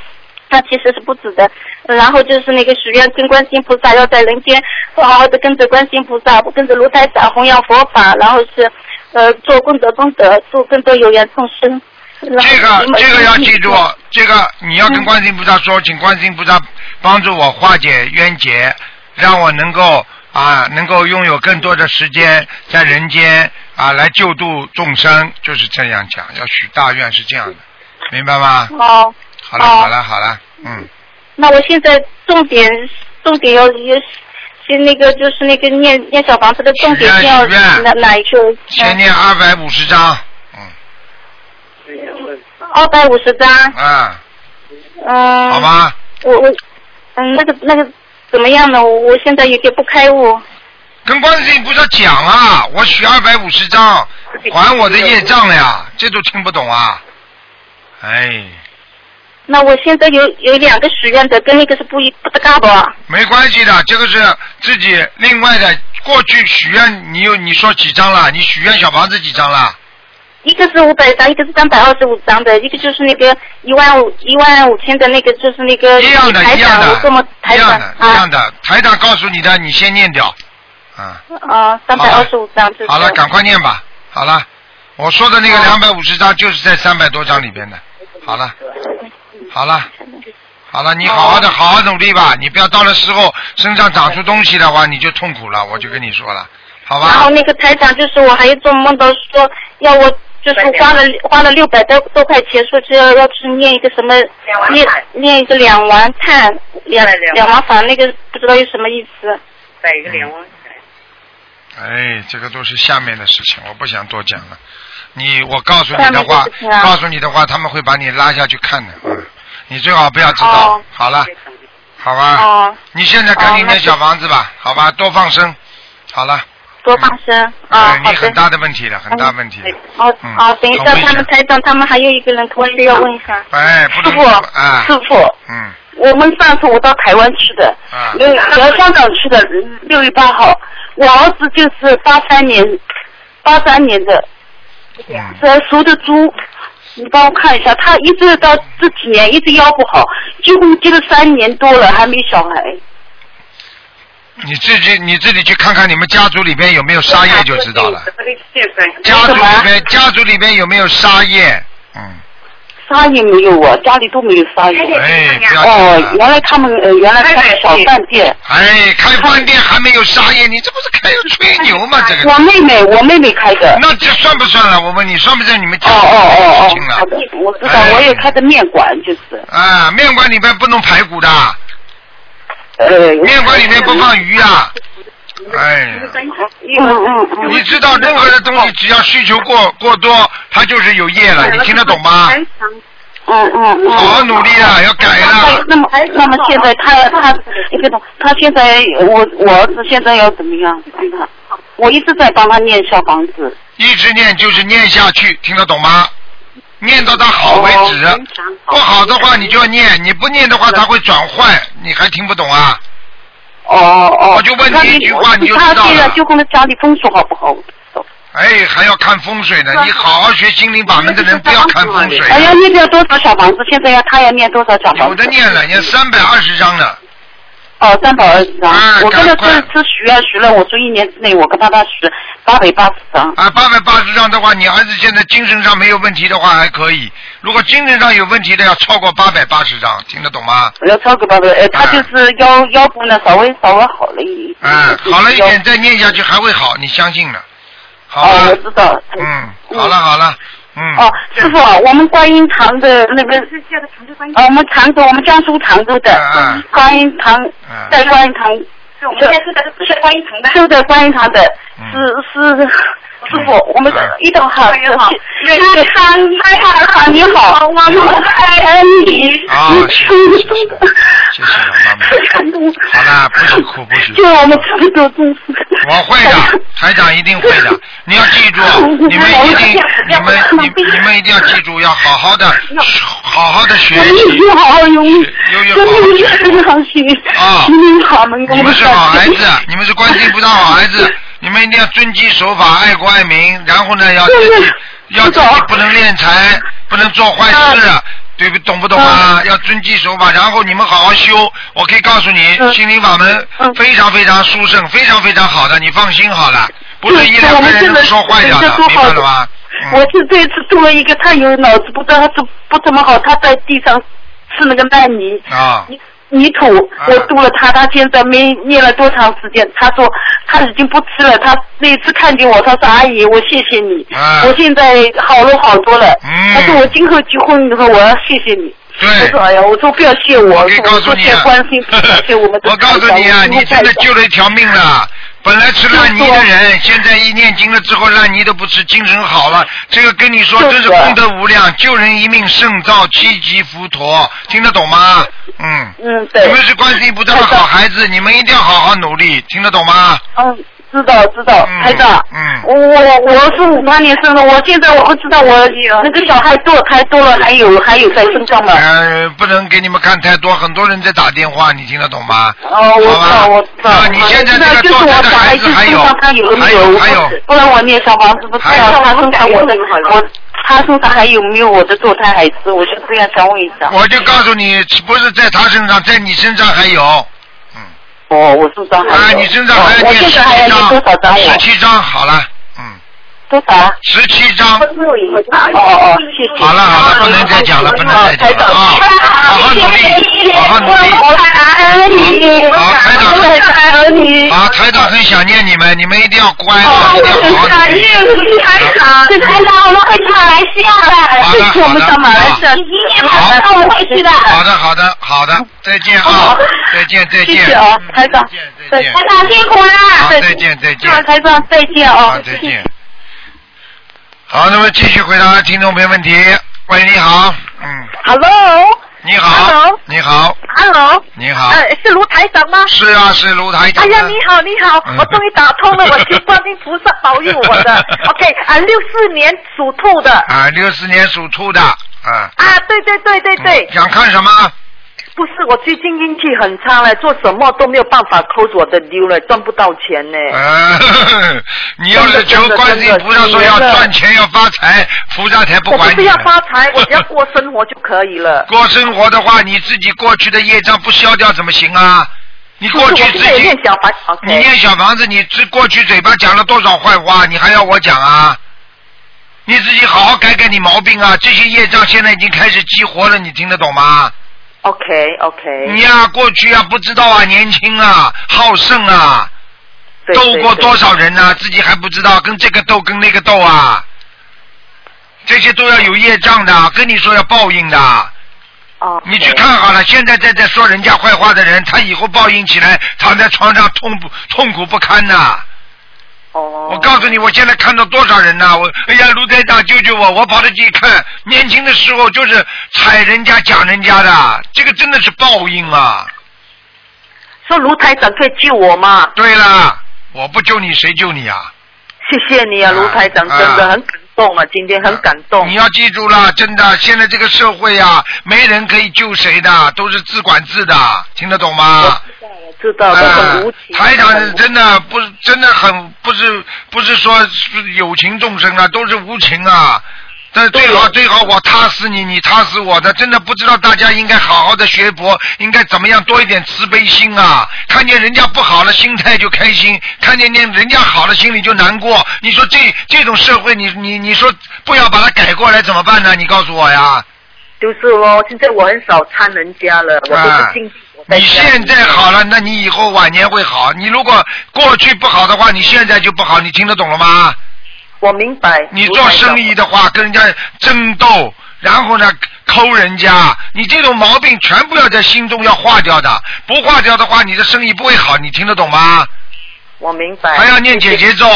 [SPEAKER 10] 那其实是不止的，然后就是那个许愿跟观世音菩萨要在人间好好的跟着观世音菩萨，跟着卢台长弘扬佛法，然后是呃做功德功德，助更多有缘众生。
[SPEAKER 1] 这个这个要记住，这个你要跟观世音菩萨说，请观世音菩萨帮助我化解冤结，让我能够啊能够拥有更多的时间在人间啊来救度众生，就是这样讲，要许大愿是这样的，明白吗？
[SPEAKER 10] 哦，
[SPEAKER 1] 好了好了好了，嗯，
[SPEAKER 10] 那我现在重点重点要要先那个就是那个念念小房子的重点
[SPEAKER 1] 许愿
[SPEAKER 10] 先要
[SPEAKER 1] 许愿
[SPEAKER 10] 哪哪一个？
[SPEAKER 1] 先念二百五十章
[SPEAKER 10] 二百五十张，
[SPEAKER 1] 啊，
[SPEAKER 10] 嗯。
[SPEAKER 1] 好？吗？
[SPEAKER 10] 我我嗯，那个那个怎么样呢？我我现在有点不开悟。
[SPEAKER 1] 跟观世音菩萨讲啊，我许二百五十章，还我的业障了呀，这都听不懂啊，哎。
[SPEAKER 10] 那我现在有有两个许愿的，跟那个是不一不搭嘎的。
[SPEAKER 1] 没关系的，这个是自己另外的。过去许愿，你有你说几张了？你许愿小房子几张了？
[SPEAKER 10] 一个是五百张，一个是三百二十五张的，一个就是那个一万五一万五千的那个，就是那个
[SPEAKER 1] 一样的
[SPEAKER 10] 台
[SPEAKER 1] 一样
[SPEAKER 10] 长，
[SPEAKER 1] 的
[SPEAKER 10] 我这么台长
[SPEAKER 1] 一样的，台长告诉你的，你先念掉。啊，
[SPEAKER 10] 啊，三百二十五张就是。
[SPEAKER 1] 好了，赶快念吧。好了，我说的那个两百五十张就是在三百多张里边的。好了，好了，好了，你好好的，好好努力吧。你不要到了时候身上长出东西的话，你就痛苦了。我就跟你说了，好
[SPEAKER 10] 然
[SPEAKER 1] 吧？
[SPEAKER 10] 后那个台长就是我还做梦到说要我就是花了花了六百多多块钱，说是要要去念一个什么
[SPEAKER 11] 碗
[SPEAKER 10] 念
[SPEAKER 11] 饭
[SPEAKER 10] 念一个两丸炭两
[SPEAKER 11] 对两丸
[SPEAKER 10] 两丸法那个不知道有什么意思。
[SPEAKER 8] 哦
[SPEAKER 11] 在一个联网。
[SPEAKER 1] 哎，这个都是下面的事情，我不想多讲了。你，我告诉你
[SPEAKER 10] 下面
[SPEAKER 1] 的
[SPEAKER 10] 的
[SPEAKER 1] 话
[SPEAKER 10] 事情，啊
[SPEAKER 1] 告诉你的话，他们会把你拉下去看的。嗯，你最好不要知道。
[SPEAKER 10] 哦
[SPEAKER 1] 好了，好吧。
[SPEAKER 10] 哦
[SPEAKER 1] 你现在赶紧
[SPEAKER 10] 哦那
[SPEAKER 1] 念
[SPEAKER 10] 就
[SPEAKER 1] 小房子吧，好吧，多放生。好了，
[SPEAKER 10] 多放生啊，
[SPEAKER 1] 对
[SPEAKER 10] 好
[SPEAKER 1] 你很
[SPEAKER 10] 的。
[SPEAKER 1] 大的问题了，很大问题了。
[SPEAKER 10] 哦
[SPEAKER 1] 嗯
[SPEAKER 10] 哦，等一下，
[SPEAKER 1] 同意
[SPEAKER 10] 他们台长他们还有一个人同学要问一下。
[SPEAKER 1] 哎，不
[SPEAKER 8] 师
[SPEAKER 1] 能
[SPEAKER 8] 傅，
[SPEAKER 1] 啊，
[SPEAKER 8] 师傅，
[SPEAKER 1] 嗯，
[SPEAKER 8] 我们上次我到台湾去的，
[SPEAKER 1] 啊
[SPEAKER 8] 嗯，到香港去的，六月八号，我儿子就是八三年，八三年的，
[SPEAKER 1] 嗯
[SPEAKER 8] 是属的猪，你帮我看一下，他一直到这几年一直腰不好，几乎接了三年多了还没小孩，
[SPEAKER 1] 你自己你自己去看看你们家族里边有没有沙叶就知道了。
[SPEAKER 11] 这个现在
[SPEAKER 1] 家族里边家族里边有没有沙叶？
[SPEAKER 8] 杀也没有啊，家里都没有杀鱼。
[SPEAKER 1] 哎，不要紧
[SPEAKER 8] 哦
[SPEAKER 1] 了，
[SPEAKER 8] 原来他们呃，原来开的小饭店。
[SPEAKER 1] 哎，开饭店还没有杀业，你这不是开吹牛吗？这个。
[SPEAKER 8] 我妹妹，我妹妹开 的。
[SPEAKER 1] 那这算不算了？我问你，算不算你们家
[SPEAKER 8] 哦
[SPEAKER 1] 里
[SPEAKER 8] 哦
[SPEAKER 1] 的
[SPEAKER 8] 哦
[SPEAKER 1] 事情
[SPEAKER 8] 哦，
[SPEAKER 1] 了
[SPEAKER 8] 好？的，我知道，
[SPEAKER 1] 哎
[SPEAKER 8] 我也开的面馆，就是
[SPEAKER 1] 啊，面馆里面不弄排骨的，
[SPEAKER 8] 呃。
[SPEAKER 1] 面馆里面不放鱼啊。哎呀，
[SPEAKER 8] 嗯嗯嗯。
[SPEAKER 1] 你知道任何的东西只要需求过过多，它就是有业了，你听得懂吗？
[SPEAKER 8] 嗯嗯嗯。
[SPEAKER 1] 好好努力啊，要改了。
[SPEAKER 8] 那么那么现在他他你看懂，他现在我我儿子现在要怎么样帮他？我一直在帮他念小房子。
[SPEAKER 1] 一直念就是念下去，听得懂吗？念到它好为止，不哦好的话你就要念，你不念的话它会转坏，你还听不懂啊？
[SPEAKER 8] 哦哦。
[SPEAKER 1] 我就问你一句话你就知道了
[SPEAKER 8] 他现在就跟他家里风水好不好？
[SPEAKER 1] 哎，还要看风水呢，你好好学心灵法门的人不要看风水啊。
[SPEAKER 8] 哎呀，念掉多少小房子？现在要他要念多少小房
[SPEAKER 1] 有
[SPEAKER 8] 子
[SPEAKER 1] 的？念了，念三百二十张呢。
[SPEAKER 8] 哦，三百二十张。
[SPEAKER 1] 啊
[SPEAKER 8] 我跟他
[SPEAKER 1] 赶快
[SPEAKER 8] 这次许愿许了，我说一年之内我跟他他许八百八十张。
[SPEAKER 1] 啊，八百八十张的话，你儿子现在精神上没有问题的话还可以，如果精神上有问题的要超过八百八十张，听得懂吗？
[SPEAKER 8] 要超过八百，呃，
[SPEAKER 1] 啊
[SPEAKER 8] 他就是腰、腰部呢稍微稍微好了一
[SPEAKER 1] 嗯，好了一
[SPEAKER 8] 腰
[SPEAKER 1] 点，再念下去还会好，你相信了。啊好了，
[SPEAKER 8] 哦我知道。
[SPEAKER 1] 嗯，好了好了，嗯。
[SPEAKER 8] 哦，师傅啊，我们观音堂的那个，啊，我们常州，我们江苏常州的
[SPEAKER 1] 啊
[SPEAKER 8] 观音堂，在观音堂，是我们现在住的是观音堂的，住在观音堂的，
[SPEAKER 1] 嗯
[SPEAKER 8] 是是师傅，我们一等好，你好，
[SPEAKER 1] 哎
[SPEAKER 8] 你好，你好，我们爱你，
[SPEAKER 1] 啊，谢谢谢谢，谢谢老妈
[SPEAKER 8] 妈。
[SPEAKER 1] 好啦，不许哭，不许哭
[SPEAKER 8] 就。我们常州中师，
[SPEAKER 1] 我会 的，台长一定会的。你要记住，你们一 定，你们你你们一定要记住，要好好的，好好的学
[SPEAKER 8] 我们一
[SPEAKER 1] 习。
[SPEAKER 8] 定哎好好用力，真的是很好学，心灵法门，
[SPEAKER 1] 啊你
[SPEAKER 8] 我
[SPEAKER 1] 们
[SPEAKER 8] 们
[SPEAKER 1] 是好孩子，啊 你们是关心不到好孩子，啊你们一定要遵纪守法，爱国爱民，然后呢，要自己要自己不能敛财，不能做坏
[SPEAKER 8] 嗯
[SPEAKER 1] 事，啊对不？懂不懂啊？要遵纪守法，然后你们好好修。我可以告诉你，
[SPEAKER 8] 嗯
[SPEAKER 1] 心灵法门非常非常殊胜，非常非常好的，你放心好了，不
[SPEAKER 8] 嗯
[SPEAKER 1] 是一两个人能说坏掉的，明白了吗？
[SPEAKER 8] 我是这次做了一个，他有脑子不知道他怎不怎么好，他在地上吃那个烂泥
[SPEAKER 1] 啊，
[SPEAKER 8] 泥土，我度了他，他现在没念了多长时间，他说他已经不吃了，他那次看见我，他说阿姨，我谢谢你，
[SPEAKER 1] 啊嗯
[SPEAKER 8] 我现在好了好多了，他说我今后结婚以后我要谢谢你。我说哎呀，我说不要谢我，我
[SPEAKER 1] 可以告诉你啊
[SPEAKER 8] 说谢关心，谢我们 的
[SPEAKER 1] 我告诉你啊，你真的救了一条命了。本来吃烂泥的人，现在一念经了之后，烂泥都不吃，精神好了。这个跟你说，真是功德无量，救人一命胜造七级浮屠，听得懂吗？嗯。
[SPEAKER 8] 嗯，对。
[SPEAKER 1] 你们是观世音菩萨的好孩子，你们一定要好好努力，听得懂吗？
[SPEAKER 8] 嗯，知道知道，台长，
[SPEAKER 1] 嗯，
[SPEAKER 8] 我我我是五八年生的，我现在我不知道我那个小孩堕胎多了，还有还有在身上吗？
[SPEAKER 1] 呃，不能给你们看太多，很多人在打电话，你听得懂吗？
[SPEAKER 8] 哦，我知道，我知道。
[SPEAKER 1] 啊，你现在这个
[SPEAKER 8] 就是
[SPEAKER 1] 状态
[SPEAKER 8] 我
[SPEAKER 1] 的
[SPEAKER 8] 小
[SPEAKER 1] 孩
[SPEAKER 8] 孩
[SPEAKER 1] 子
[SPEAKER 8] 子
[SPEAKER 1] 还
[SPEAKER 8] 身
[SPEAKER 1] 有
[SPEAKER 8] 上他有没
[SPEAKER 1] 还
[SPEAKER 8] 有？
[SPEAKER 1] 有还有
[SPEAKER 8] 我，不然我念小房子不知道他身上我的我他身上还有没有我的堕胎孩子？我就这样想问一下。
[SPEAKER 1] 我就告诉你，不是在他身上，在你身上还有。嗯
[SPEAKER 8] 哦，我身上还哦
[SPEAKER 1] 啊，你身上还要
[SPEAKER 8] 我
[SPEAKER 1] 念
[SPEAKER 8] 现
[SPEAKER 1] 十
[SPEAKER 8] 在还要
[SPEAKER 1] 七
[SPEAKER 8] 念
[SPEAKER 1] 张，
[SPEAKER 8] 多少张我
[SPEAKER 1] 十七张好了，嗯
[SPEAKER 8] 多少？
[SPEAKER 1] 十七张。
[SPEAKER 8] 哦哦，谢谢。哦
[SPEAKER 1] 好了好了，不能再讲了，不能再讲了啊！好好努力，好好努力。
[SPEAKER 8] 我爱你，
[SPEAKER 1] 好，台长，
[SPEAKER 8] 爱你。
[SPEAKER 1] 啊，台长很想念你们，你们一定要乖的，一定要好好努力。
[SPEAKER 8] 哦
[SPEAKER 1] 啊
[SPEAKER 8] 是台长，我们会去马来西亚的，这次我们到马来西亚，今年马上我们会去的。
[SPEAKER 1] 哎
[SPEAKER 8] 哦
[SPEAKER 1] 好的好的好的，再见啊，再见再
[SPEAKER 8] 谢
[SPEAKER 1] 见嗯
[SPEAKER 8] 谢，啊，台长，台长辛苦
[SPEAKER 1] 好
[SPEAKER 8] 啦，
[SPEAKER 1] 再见再见。
[SPEAKER 8] 台长再见
[SPEAKER 1] 好
[SPEAKER 8] 哦，
[SPEAKER 1] 再见。好，那么继续回答听众朋友问题。喂，你好，嗯，
[SPEAKER 11] Hello，Hello，Hello，
[SPEAKER 1] 你好，你好，你好，
[SPEAKER 11] 呃，是卢台长吗？
[SPEAKER 1] 是啊，是卢台长。
[SPEAKER 11] 哎呀，你好，你好
[SPEAKER 1] 嗯，
[SPEAKER 11] 我终于打通了，我求观音菩萨保佑我 的。OK，啊，六四年属兔的，
[SPEAKER 1] 啊，六四年属兔的，啊，
[SPEAKER 11] 啊，对对对对对。
[SPEAKER 1] 嗯想看什么？
[SPEAKER 11] 不是，我最近运气很差了，做什么都没有办法扣我的溜了，赚不到钱呢。
[SPEAKER 1] 呃， 你要是求观世音菩萨说要赚钱要发财，菩萨才不
[SPEAKER 11] 我不
[SPEAKER 1] 管
[SPEAKER 11] 是
[SPEAKER 1] 你
[SPEAKER 11] 要
[SPEAKER 1] 呢。
[SPEAKER 11] 发财，我只要过生活就可以了。
[SPEAKER 1] 过生活的话，你自己过去的业障不消掉怎么行啊？你过去自
[SPEAKER 11] 不是我现在也
[SPEAKER 1] 己
[SPEAKER 11] 念小房，OK
[SPEAKER 1] 你念小房子，你只过去嘴巴讲了多少坏话，你还要我讲啊？你自己好好改改你毛病啊！这些业障现在已经开始激活了，你听得懂吗？
[SPEAKER 11] OK OK，
[SPEAKER 1] 你呀、过去啊不知道啊，年轻啊，好胜啊，
[SPEAKER 11] 对
[SPEAKER 1] 斗过
[SPEAKER 11] 对
[SPEAKER 1] 多少人呢、自己还不知道，跟这个斗，跟那个斗啊，这些都要有业障的，跟你说要报应的。
[SPEAKER 11] 哦。
[SPEAKER 1] 你去看好了，现在在这说人家坏话的人，他以后报应起来，躺在床上痛不痛苦不堪呐、
[SPEAKER 11] 哦。
[SPEAKER 1] 我告诉你，我现在看到多少人呐、我哎呀，卢台长救救我！我跑到去一看，年轻的时候就是踩人家讲人家的，这个真的是报应啊！
[SPEAKER 11] 说卢台长可以救我吗？
[SPEAKER 1] 对啦，我不救你谁救你啊？
[SPEAKER 11] 谢谢你啊，卢台长，真的很感动啊，今天很感动。
[SPEAKER 1] 你要记住了，真的，现在这个社会啊，没人可以救谁的，都是自管自的，听得懂吗？啊
[SPEAKER 11] 知道，我很无情。
[SPEAKER 1] 台长是真的不是真的很不是不是说是有情众生啊，都是无情啊。但是最好最好我踏死你，你踏死我的，真的不知道大家应该好好的学佛，应该怎么样多一点慈悲心啊！看见人家不好了，心态就开心；看见见人家好了，心里就难过。你说这这种社会，你你你说不要把它改过来怎么办呢？你告诉我呀！
[SPEAKER 11] 就是哦，现在我很少参人家了，我都
[SPEAKER 1] 啊
[SPEAKER 11] 是静。
[SPEAKER 1] 你现在好了，那你以后晚年会好。你如果过去不好的话，你现在就不好。你听得懂了吗？
[SPEAKER 11] 我明白。
[SPEAKER 1] 你做生意的话，跟人家争斗，然后呢抠人家，你这种毛病全部要在心中要化掉的。不化掉的话，你的生意不会好。你听得懂吗？
[SPEAKER 11] 我明白。
[SPEAKER 1] 还要念姐姐咒，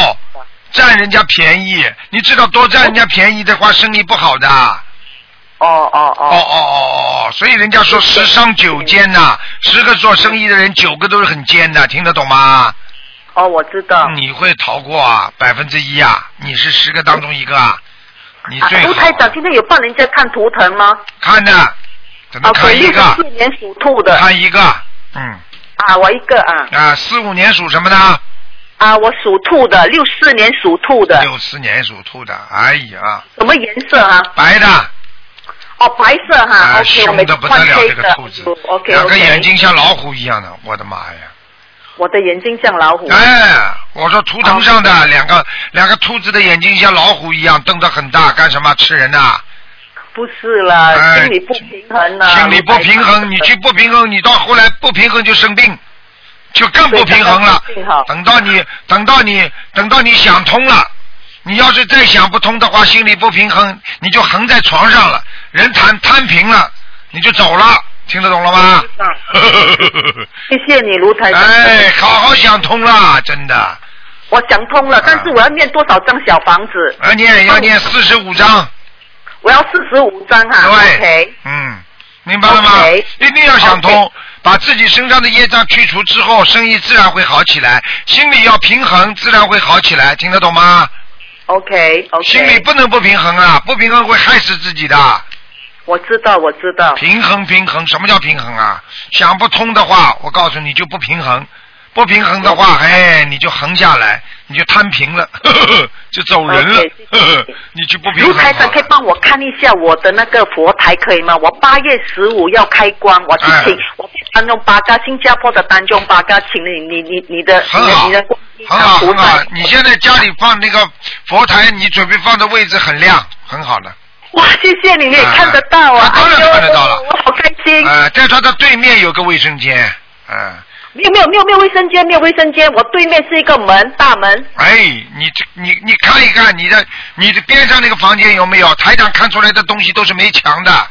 [SPEAKER 1] 占人家便宜。你知道多占人家便宜的话，生意不好的。
[SPEAKER 11] 哦哦
[SPEAKER 1] 哦哦哦哦，所以人家说十商九奸呐、十个做生意的人九个都是很奸的，听得懂吗？
[SPEAKER 11] 哦，我知道。
[SPEAKER 1] 你会逃过啊，百分之一啊，你是十个当中一个啊，你
[SPEAKER 11] 啊
[SPEAKER 1] 最
[SPEAKER 11] 卢
[SPEAKER 1] 好
[SPEAKER 11] 台长今天有帮人家看图腾吗？
[SPEAKER 1] 看的，只
[SPEAKER 11] 啊
[SPEAKER 1] 能看一个，
[SPEAKER 11] 六四年属兔的。
[SPEAKER 1] 看一个，嗯，
[SPEAKER 11] 啊，我一个啊
[SPEAKER 1] 啊，四五年属什么呢？
[SPEAKER 11] 啊，我属兔的，六四年属兔的，
[SPEAKER 1] 六四年属兔的，哎呀，
[SPEAKER 11] 什么颜色啊？
[SPEAKER 1] 白的，
[SPEAKER 11] 哦，白色哈。
[SPEAKER 1] 啊，
[SPEAKER 11] OK，我
[SPEAKER 1] 凶
[SPEAKER 11] 们
[SPEAKER 1] 的不得
[SPEAKER 11] 换
[SPEAKER 1] 了，
[SPEAKER 11] 这
[SPEAKER 1] 这个兔子，
[SPEAKER 11] OK
[SPEAKER 1] 两个
[SPEAKER 11] OK。
[SPEAKER 1] 眼睛像老虎一样的，我的妈呀！
[SPEAKER 11] 我的眼睛像老虎。
[SPEAKER 1] 哎，我说图腾上的、两个两个兔子的眼睛像老虎一样瞪得很大，干什么吃人啊呐、
[SPEAKER 11] 不是啦，
[SPEAKER 1] 哎
[SPEAKER 11] 心里不平衡啊啦。
[SPEAKER 1] 心里不平衡，你去不平衡，你到后来不平衡就生病，就更不平衡了。等到你等到你等到你想通了，你要是再想不通的话，心里不平衡，你就横在床上了，人摊摊平了，你就走了，听得懂了吗？
[SPEAKER 11] 谢谢你，卢台长。
[SPEAKER 1] 哎，好好想通了，真的。
[SPEAKER 11] 我想通了，但是我要念多少张小房子？
[SPEAKER 1] 要啊念要念四十五张。
[SPEAKER 11] 我要四十五张哈。
[SPEAKER 1] 对
[SPEAKER 11] OK。
[SPEAKER 1] 嗯，明白了吗
[SPEAKER 11] OK
[SPEAKER 1] 一定要想通把自己身上的业障去除之后，生意自然会好起来，心里要平衡，自然会好起来，听得懂吗
[SPEAKER 11] OK OK。
[SPEAKER 1] 心里不能不平衡啊，不平衡会害死自己的。
[SPEAKER 11] 我知道，我知道。
[SPEAKER 1] 平衡，平衡，什么叫平衡啊？想不通的话，我告诉你就不平衡，不平衡的话，哎，你就横下来，你就摊平了， 呵呵呵就走人了
[SPEAKER 11] OK，
[SPEAKER 1] 呵呵， 你就不平
[SPEAKER 11] 卢
[SPEAKER 1] 衡
[SPEAKER 11] 台
[SPEAKER 1] 了。
[SPEAKER 11] 长可以帮我看一下我的那个佛台可以吗？我八月十五要开光，我
[SPEAKER 1] 哎
[SPEAKER 11] 去请、我去丹中巴嘎，新加坡的丹中巴嘎，请你你你你的
[SPEAKER 1] 很好
[SPEAKER 11] 你的你的
[SPEAKER 1] 很好
[SPEAKER 11] 菩
[SPEAKER 1] 很好
[SPEAKER 11] 萨，
[SPEAKER 1] 你现在家里放那个佛台，你准备放的位置很亮，很好的。
[SPEAKER 11] 哇，谢谢
[SPEAKER 1] 哎
[SPEAKER 11] 你，你也看得到啊，
[SPEAKER 1] 当然看得到了。
[SPEAKER 11] 我好开心。
[SPEAKER 1] 呃，在他的对面有个卫生间，嗯、
[SPEAKER 11] 没有没有没有没有卫生间，没有卫生间，我对面是一个门大门。
[SPEAKER 1] 哎，你这你你看一看你的你的边上那个房间有没有？台长看出来的东西都是没墙的。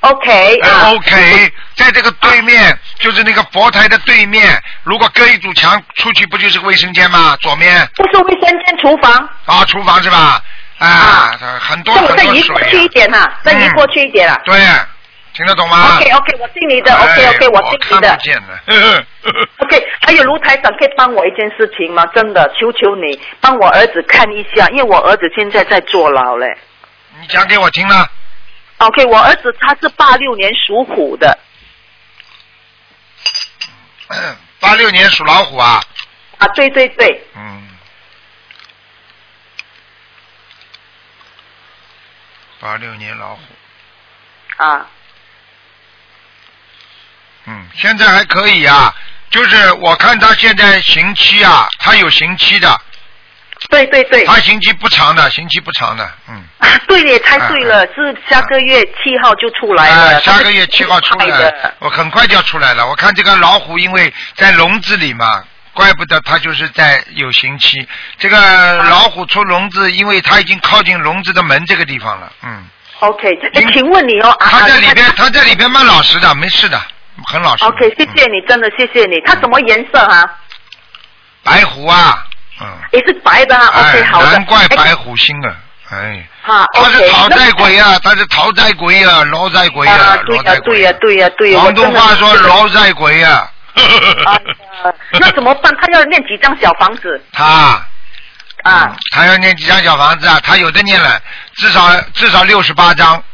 [SPEAKER 11] OK 啊
[SPEAKER 1] 呃、OK，在这个对面就是那个佛台的对面，如果隔一堵墙出去，不就是卫生间吗？左面
[SPEAKER 11] 不是卫生间，厨房。
[SPEAKER 1] 啊，厨房是吧？啊，它很多
[SPEAKER 11] 那我
[SPEAKER 1] 很
[SPEAKER 11] 再
[SPEAKER 1] 多
[SPEAKER 11] 移
[SPEAKER 1] 水
[SPEAKER 11] 过
[SPEAKER 1] 啊、嗯
[SPEAKER 11] 去一点哈、再移过去一点啊。
[SPEAKER 1] 对，听得懂吗
[SPEAKER 11] OK OK，我听你的。
[SPEAKER 1] 哎
[SPEAKER 11] OK OK，
[SPEAKER 1] 我
[SPEAKER 11] 听你
[SPEAKER 1] 看
[SPEAKER 11] 的
[SPEAKER 1] 不。见了。
[SPEAKER 11] OK，还有卢台长可以帮我一件事情吗？真的，求求你帮我儿子看一下，因为我儿子现在在坐牢嘞。
[SPEAKER 1] 你讲给我听了，
[SPEAKER 11] OK，我儿子他是八六年属虎的
[SPEAKER 1] 八六年属老虎啊，
[SPEAKER 11] 啊，对对对，
[SPEAKER 1] 嗯，八六年老虎，
[SPEAKER 11] 啊，
[SPEAKER 1] 嗯，现在还可以啊，就是我看他现在刑期啊，他有刑期的，
[SPEAKER 11] 对对对，
[SPEAKER 1] 他刑期不长的，刑期不长的，嗯，
[SPEAKER 11] 啊对你猜对了，是下个月七号就出来了。
[SPEAKER 1] 哎下个月七号出来
[SPEAKER 11] 他是的
[SPEAKER 1] 了，我很快就要出来了。我看这个老虎，因为在笼子里嘛，怪不得它就是在有刑期。这
[SPEAKER 11] 啊
[SPEAKER 1] 个老虎出笼子，因为它已经靠近笼子的门这个地方了，嗯，
[SPEAKER 11] OK，哎请问你哦，啊
[SPEAKER 1] 它在里边
[SPEAKER 11] 啊，哦
[SPEAKER 1] 它在里边蛮老实的，没事的，很老实。
[SPEAKER 11] OK，谢谢你，真的谢谢你。它什么颜色啊？
[SPEAKER 1] 白虎啊，
[SPEAKER 11] 也是白的啊。
[SPEAKER 1] 哎
[SPEAKER 11] OK，，好的。
[SPEAKER 1] 难怪白虎星啊，哎。
[SPEAKER 11] 哈
[SPEAKER 1] 他是讨债鬼
[SPEAKER 11] 啊
[SPEAKER 1] 啊，他是讨债鬼啊，劳债鬼啊，
[SPEAKER 11] 对
[SPEAKER 1] 劳
[SPEAKER 11] 呀
[SPEAKER 1] 债，鬼。
[SPEAKER 11] 对呀，对呀，对呀。我
[SPEAKER 1] 广东话说
[SPEAKER 11] 真的
[SPEAKER 1] 劳债鬼啊，
[SPEAKER 11] 哎那怎么办？他要念几张小房子
[SPEAKER 1] 他
[SPEAKER 11] 啊？
[SPEAKER 1] 他要念几张小房子啊？他有的念了，至少至少六十八张，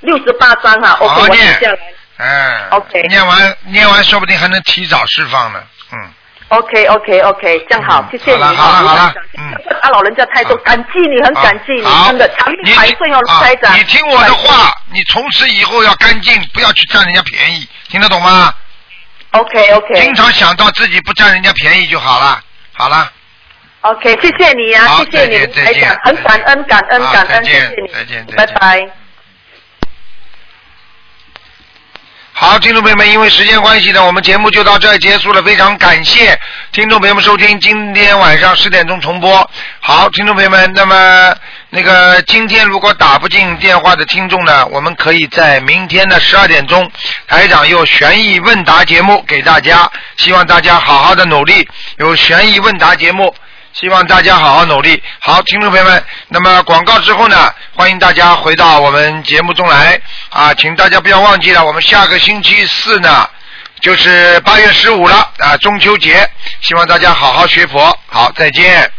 [SPEAKER 11] 六十八张啊。
[SPEAKER 1] 好
[SPEAKER 11] OK，我记
[SPEAKER 1] 念
[SPEAKER 11] 下来。
[SPEAKER 1] 哎
[SPEAKER 11] OK
[SPEAKER 1] 念完念完，说不定还能提早释放呢。嗯，
[SPEAKER 11] OK，OK，OK，这样好，谢谢你。
[SPEAKER 1] 好了好了好嗯了，
[SPEAKER 11] 打老人家太多，感激你，很感激你，真的长命百岁哦，卢台长。
[SPEAKER 1] 啊你听我的话，
[SPEAKER 11] 哎
[SPEAKER 1] 你从此以后要干净，不要去占人家便宜，听得懂吗？
[SPEAKER 11] OK OK。
[SPEAKER 1] 经常想到自己不占人家便宜就好了，好了，啊
[SPEAKER 11] OK，谢谢你啊，
[SPEAKER 1] 好
[SPEAKER 11] 谢谢你，
[SPEAKER 1] 再见
[SPEAKER 11] 台
[SPEAKER 1] 再见
[SPEAKER 11] 长，很感恩，感恩，
[SPEAKER 1] 好
[SPEAKER 11] 感
[SPEAKER 1] 再
[SPEAKER 11] 恩，谢
[SPEAKER 1] 见
[SPEAKER 11] 谢你，
[SPEAKER 1] 再见再见
[SPEAKER 11] 拜。拜。
[SPEAKER 1] 好，听众朋友们，因为时间关系呢，我们节目就到这儿结束了。非常感谢听众朋友们收听，今天晚上十点钟重播。好，听众朋友们，那么那个今天如果打不进电话的听众呢，我们可以在明天的十二点钟，台长有悬疑问答节目给大家，希望大家好好的努力，有悬疑问答节目。希望大家好好努力。好，听众朋友们，那么广告之后呢，欢迎大家回到我们节目中来啊，请大家不要忘记了，我们下个星期四呢，就是八月十五了啊，中秋节，希望大家好好学佛。好，再见。